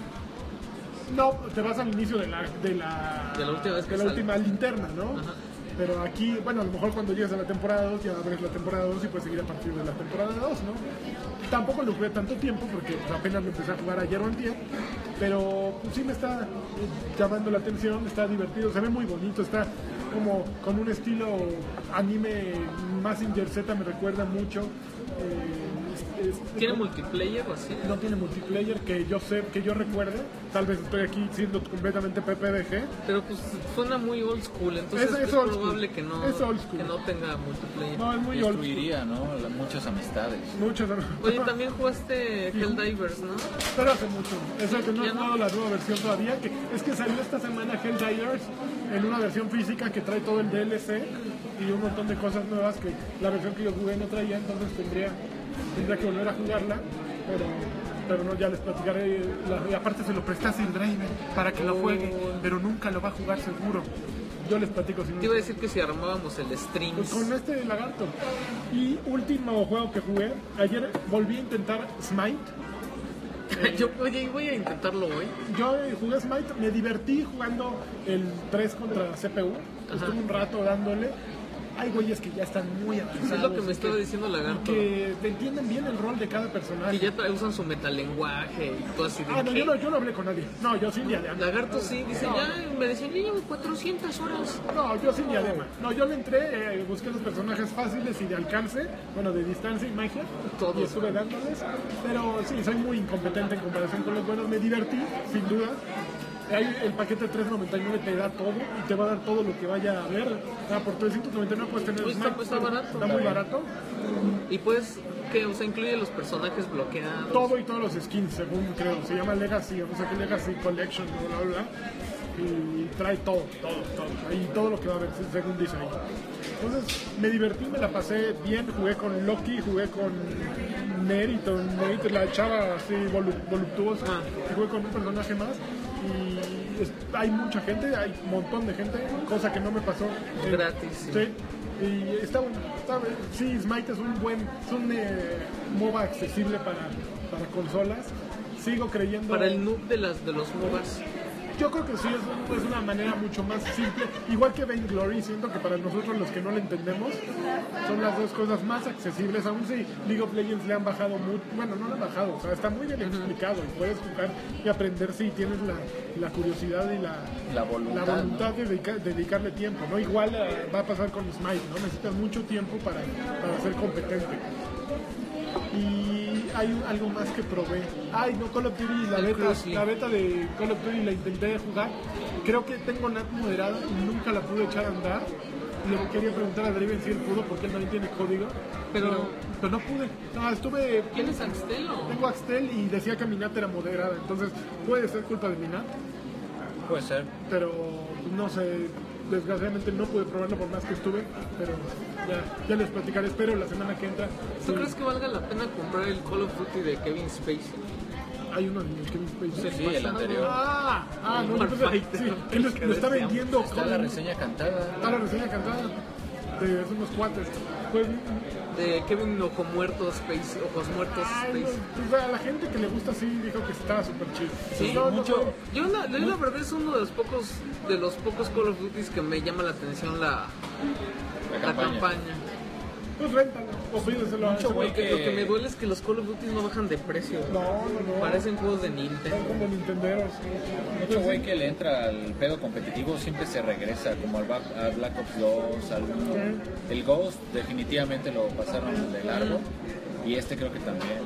No, te vas al inicio de la de la,
De la última vez que
de la
sale.
última linterna, ¿no? Pero aquí, bueno, a lo mejor cuando llegues a la temporada 2 ya abres la temporada 2 y puedes seguir a partir de la temporada 2, ¿no? Tampoco lo jugué tanto tiempo porque pues, apenas lo empecé a jugar ayer o antier, pero pues, sí me está eh, llamando la atención, está divertido, se ve muy bonito, está como con un estilo anime Massinger Z me recuerda mucho. eh, es- es-
¿Tiene multiplayer o así?
no tiene multiplayer que yo sé, que yo recuerde. Tal vez estoy aquí siendo completamente PPDG.
Pero pues suena muy old school, entonces
Es-
es,
es old
probable
school.
que no,
Es old school.
que no tenga multiplayer.
No, es muy old school.
Destruiría, ¿no? La- muchas amistades.
Muchas.
Oye, también jugaste Helldivers, ¿no?
Pero hace mucho. Es el que no he
Ya no.
jugado la nueva versión todavía. Que es que salió esta semana Helldivers en una versión física que trae todo el DLC y un montón de cosas nuevas que la versión que yo jugué no traía. Entonces tendría, tendría que volver a jugarla. Pero, pero no, ya les platicaré. la- y aparte se lo prestaste el Draven para que lo juegue, pero nunca lo va a jugar seguro. Yo les platico si no.
Oh. Te iba a decir que si armábamos el stream.
Pues con este lagarto. Y último juego que jugué, ayer volví a intentar Smite.
Yo, oye, voy a intentarlo hoy.
Yo eh, jugué Smite, me divertí jugando el 3 contra CPU. Estuve un rato dándole. Hay güeyes que ya están muy avanzados.
es lo que
y
me estaba diciendo Lagarto.
y Que te entienden bien el rol de cada
Que
personaje.
ya tra- usan su metalenguaje y todo así de
Ah, no
¿qué?
yo, no, yo no hablé con nadie. No, yo sin diadema.
Lagarto sí, dice, ya me decían, yo llevo 400 horas.
No, yo sin diadema. No, yo le entré, eh, busqué los personajes fáciles y de alcance, bueno, de distancia y magia.
Todo.
Y estuve dándoles. Pero sí, soy muy incompetente en comparación con los buenos. Me divertí, sin duda. Hay- El paquete 399 te da todo y te va a dar todo lo que vaya a ver. Ah, por 399 puedes tener
Pues está-
Smash,
pues está barato.
Está muy barato.
Y pues, que O sea, incluye los personajes bloqueados.
Todo y todos los skins, según creo. Se llama Legacy, o sea que Legacy Collection, bla, bla, bla. Y trae todo, todo, todo. Y todo lo que va a haber, según dice ahí. Entonces, me divertí, me la pasé bien. Jugué con Loki, jugué con Meriton, Meriton, la chava así volu- voluptuosa.
Ah.
Y jugué con un personaje más. Y es- hay mucha gente, hay un montón de gente, cosa que no me pasó. eh,
Gratis, sí.
Sí. Y está bueno. está bueno. sí, Smite es un buen, es un eh, MOBA accesible para, para consolas. Sigo creyendo.
Para el noob de, las, de los MOBAs.
Yo creo que sí, es, un- es una manera mucho más simple. Igual que Vainglory, siento que para nosotros los que no lo entendemos, son las dos cosas más accesibles. Aún si League of Legends le han bajado mucho, bueno, no le han bajado, o sea, está muy bien explicado y puedes jugar y aprender si tienes la, la curiosidad y la,
La voluntad,
la voluntad de dedica- dedicarle tiempo. no Igual eh, va a pasar con Smite, ¿no? necesitas mucho tiempo para, para ser competente. Y hay un- algo más que probé. Ay, no, Call of Duty, la
El
beta,
Cruising.
la beta de Call of Duty la intenté jugar. Creo que tengo NAT moderada y nunca la pude echar a andar. Le quería preguntar a Driven si él pudo porque él también tiene código.
Pero-
pero no pude. No, estuve.
¿Quién es Axtelo?
Tengo Axtel y decía que mi NAT era moderada. Entonces puede ser culpa de mi NAT,
Puede ser.
pero no sé. Desgraciadamente no pude probarlo por más que estuve, pero ya, ya les platicaré. Espero la semana que entra.
¿Tú
Sí,
crees que valga la pena comprar el Call of Duty de Kevin Spacey?
Hay uno en el Kevin Spacey.
Sí, el anterior.
Ah, ah, no, yo
Mar
pensé-
Fighter,
sí,
el
que lo,
que
lo está
deseamos.
vendiendo
Está
con-
la reseña cantada.
está la reseña cantada de hace unos cuates. Pues,
De Kevin Ojo Muerto Spacey, Ojos Muertos
ay,
Spacey.
no, o sea, la gente que le gusta así dijo que está súper chido.
Sí,
No, no,
mucho. Yo la, yo la verdad es uno de los pocos de los pocos Call of Duty que me llama la atención la,
La
la
campaña.
campaña.
Pues réntalo, o pídeselo a un
ese güey
chavo.
Lo que, lo que me duele es que los Call of Duty no bajan de precio.
No, no, no.
Parecen juegos de
Son
Nintendo.
como nintenderos. Pues,
Mucho güey que le entra al pedo competitivo siempre se regresa, como al Ba- a Black Ops 2, al el Ghost definitivamente lo pasaron de largo y este creo que también.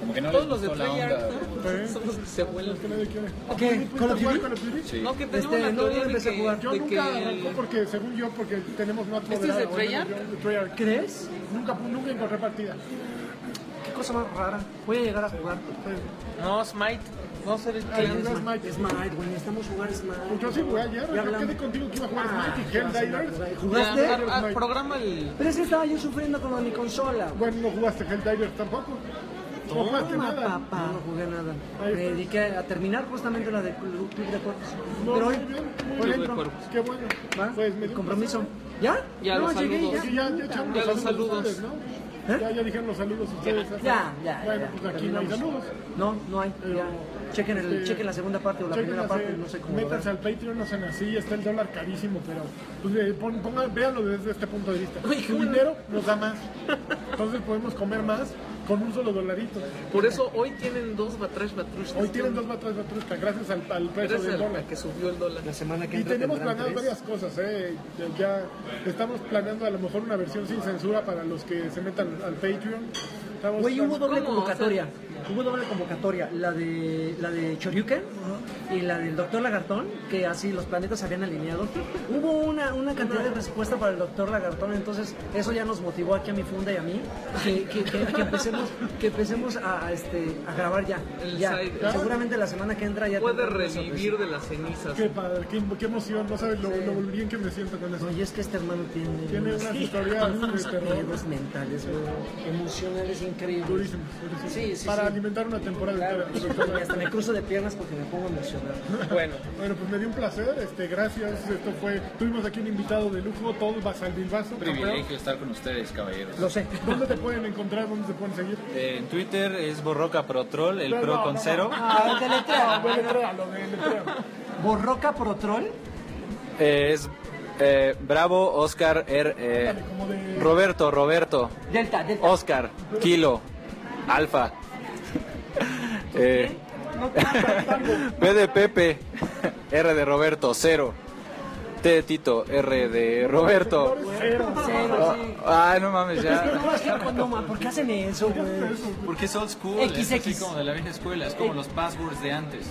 Como que no
Todos
les
los de
gustó la onda.
Treyarch, ¿no? Son los que se vuelan.
Que nadie quiere.
¿Qué? ¿Call of Duty?
¿Cuál, Call of Duty?
Sí.
No, que tengo
Este,
una
no,
teoría
no
de
empecé a
que,
jugar.
Yo
de
nunca
que
arrancó
el-
porque, según yo, porque tenemos no
es de
moderada, o menos
Treyarch?
yo, de Treyarch.
¿Crees?
Nunca, nunca encontré partida.
Qué cosa más rara. Voy a llegar a jugar.
No, Smite. Ah, No ser el
Ay, no,
clan.
Smite.
Smite, güey, necesitamos jugar Smite.
Yo sí jugué ayer,
Ya
yo
hablamos.
quedé contigo que iba a jugar
Ah,
Smite y
ya sé,
Helldivers.
ya, ¿Jugaste?
Ya, ah, ah,
Smite.
Programa el...
Pero es que estaba yo sufriendo con mi consola. güey.
Bueno, no jugaste Helldivers tampoco. No jugaste
Toma,
nada.
papá. No jugué nada.
Ahí
Me
está.
dediqué a terminar justamente la de Club Club de Cuerpos.
No,
Pero
muy
hoy,
bien, muy
Yo
bien.
de
Entro.
cuerpos.
Qué bueno.
¿va?
Pues me dio un
compromiso.
placer.
¿Ya?
Ya,
no,
los
llegué y
saludos.
Sí, ya, ya echaron
Ya
los
los
saludos,
saludos.
ustedes, ¿no?
¿Eh?
Ya, ya dijeron los saludos ustedes. ¿no?
Ya, ya.
Bueno,
ya,
pues aquí no hay
terminamos.
saludos.
No, no hay.
Pero,
ya. Chequen, el,
este,
chequen la segunda parte o la primera
Chéquenlas,
parte,
eh,
no sé cómo. lo
Métanse
vean.
al Patreon, no sean así, está el dólar carísimo, pero pues, eh, pon- pongan- véanlo desde este punto de vista.
Oye, qué
Su
bueno.
dinero nos da más. Entonces podemos comer más con un solo dolarito.
Por eso hoy tienen dos Batrash Batrush.
Hoy tienen dos batras batrusca, gracias al, al precio
Gracias
del
al-
dólar.
a que subió el dólar.
La semana que
Y
entra
tenemos
tendrán
planeadas
tres.
varias cosas, eh. Ya- ya estamos planeando a lo mejor una versión sin censura para los que se metan al Patreon. Estamos
Güey, hubo doble
¿Cómo?
convocatoria. Hubo doble convocatoria. La de, la de Choryuken y la del Doctor Lagartón, que así los planetas se habían alineado. Hubo una, una cantidad de respuesta para el Doctor Lagartón, entonces eso ya nos motivó aquí a mi funda y a mí que, que- que- que empecemos, que empecemos a, a, este, a grabar ya.
El
ya.
side.
Seguramente la semana que entra ya
Puede
tendremos una
revivir
sorpresa.
de las cenizas.
Qué padre, qué, qué emoción, no sabes lo, lo bien que me siento con eso.
No, y es que este hermano tiene,
Tiene unas historias
unos
de terror.
pedos mentales, güey, emocionales increíbles.
Durísimo, durísimo.
Sí, sí,
para
sí.
alimentar una temporada
Claro,
entera.
y hasta me cruzo de piernas porque me pongo emocionado.
Bueno,
Bueno, pues me dio un placer, este, gracias. Esto fue, tuvimos aquí un invitado de lujo, todo Basalvilbaso.
Un privilegio estar con ustedes, caballeros.
Lo sé.
¿Dónde te pueden encontrar? ¿Dónde te pueden seguir?
Eh, en Twitter es Borroca Protrol, el
No,
pro
no,
con
no,
cero.
Ah, deletreo.
Ve, letréalo, ve, letreo.
Borroca Protrol.
Eh, es eh, Bravo, Oscar, R, eh,
Como de-
Roberto, Roberto,
Delta, Delta.
Oscar, Kilo, Alfa. Eh, B de Pepe, R de Roberto, cero. T de Tito, R de Roberto.
Cero.
Cero, sí.
Ay, no mames,
Es que
ya.
no vas a ir con Noma, ¿por qué hacen eso, güey?
Porque es old school,
es así XX.
como de la vieja escuela, es
como
los passwords de antes.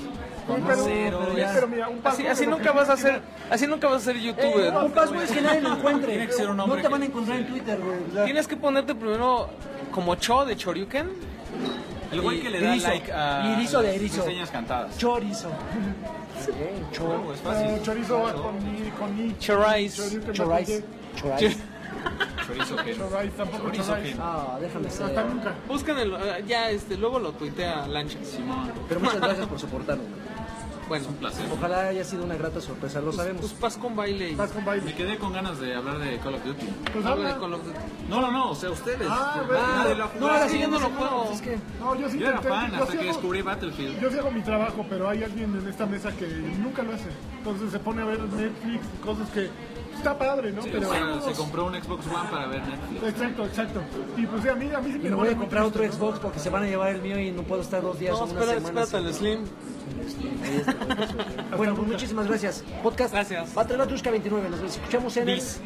Oye, pero- oye, pero mira, un
así,
paso
así
de lo
nunca
que- Eh,
vas a ser, así nunca vas a ser youtuber.
Un password Eh, es que nadie lo encuentre.
Tiene que ser un
No
hombre
te van a
que-
encontrar en Twitter, güey. O sea,
Tienes que ponerte primero como Cho de Choryuken.
El güey que le da
Erizo.
like a
Erizo de
las
erizo.
reseñas cantadas.
Chorizo.
Chorro, es
No,
fácil.
chorizo va con I, con I.
Chorice.
Chorizo que me
Chorice.
toque.
Chorice.
Chorizo que
Chorice, tampoco
Chorizo
chorice.
que-
Ah, déjame ser.
Hasta nunca.
Busquen el, eh, ya este, luego lo tuitea Lancha.
Pero muchas gracias por soportarnos. güey.
Bueno,
Ojalá haya sido una grata sorpresa, lo
pues
sabemos.
paz con baile. y-
Vas con
Me
baile.
quedé con ganas de hablar de Call of Duty.
Pues
habla de
habla.
Call of Duty.
No, no, no, o sea, ustedes.
Ah,
Ustedes.
bueno.
Nadie lo ha
No,
jugado.
ahora sí ya no lo juego.
Es que
No, yo sí
Yo era
intenté,
fan
yo sí
hasta que
hago-
descubrí Battlefield.
Yo sí hago mi trabajo, pero hay alguien en esta mesa que nunca lo hace. Entonces se pone a ver Netflix, cosas que pues, está padre, ¿no?
Sí,
pero
o sea, se compró un Xbox One para ver Netflix.
Exacto, exacto. Y pues sí, a mí, a mí sí
Y
me
me voy
pone
a
muy
comprar otro
triste, ¿no?
Xbox porque se van a llevar el mío y no puedo estar dos días
No,
o una
espera,
semana.
espérate al Slim.
sin- Bueno, pues muchísimas gracias. Podcast.
Gracias.
Batrelatusca 29. Nos escuchamos en el...
Bis.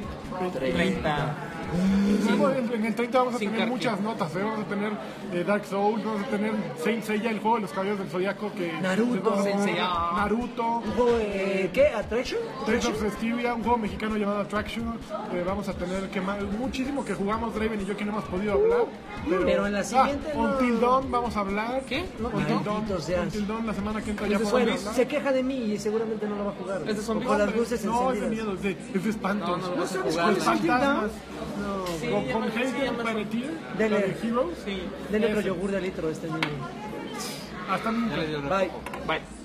30.
Luego en en el 30 vamos a
Sin
tener
carqui.
muchas notas, ¿eh? Vamos a tener eh, Dark Souls, vamos a tener Saint Seiya, el juego de los caballos del zodiaco que...
Naruto.
vamos a
Saint
tener
Seiya.
Naruto.
Un juego de... ¿Qué? ¿Attraction?
Trace of Stevia, un juego mexicano llamado Attraction. eh, vamos a tener que ma- muchísimo que jugamos Draven y yo que no hemos podido hablar. Pero,
pero en la siguiente
Ah,
no.
Until Dawn vamos a hablar.
¿Qué?
No, Until
Maldito
Dawn.
seas.
Until Dawn la semana que entra ya
Entonces,
podemos
Pues bueno,
hablar.
se queja de mí y seguramente no lo va a jugar.
¿Es de
O
zombies?
con las
Hombre,
luces
No, es de
encendidas.
miedo, es de, es de espanto.
No, no lo vas a
sabes
jugar,
cuál
¿no?
fantasma?
Sí,
No,
ya
con
me- sí,
Hayden
ya me-
Panettiere, la
Dele.
de Heroes.
Sí.
Denle otro
Ese.
yogur de litro a este niño.
Hasta nunca.
Ya le dio
Bye.
Bye.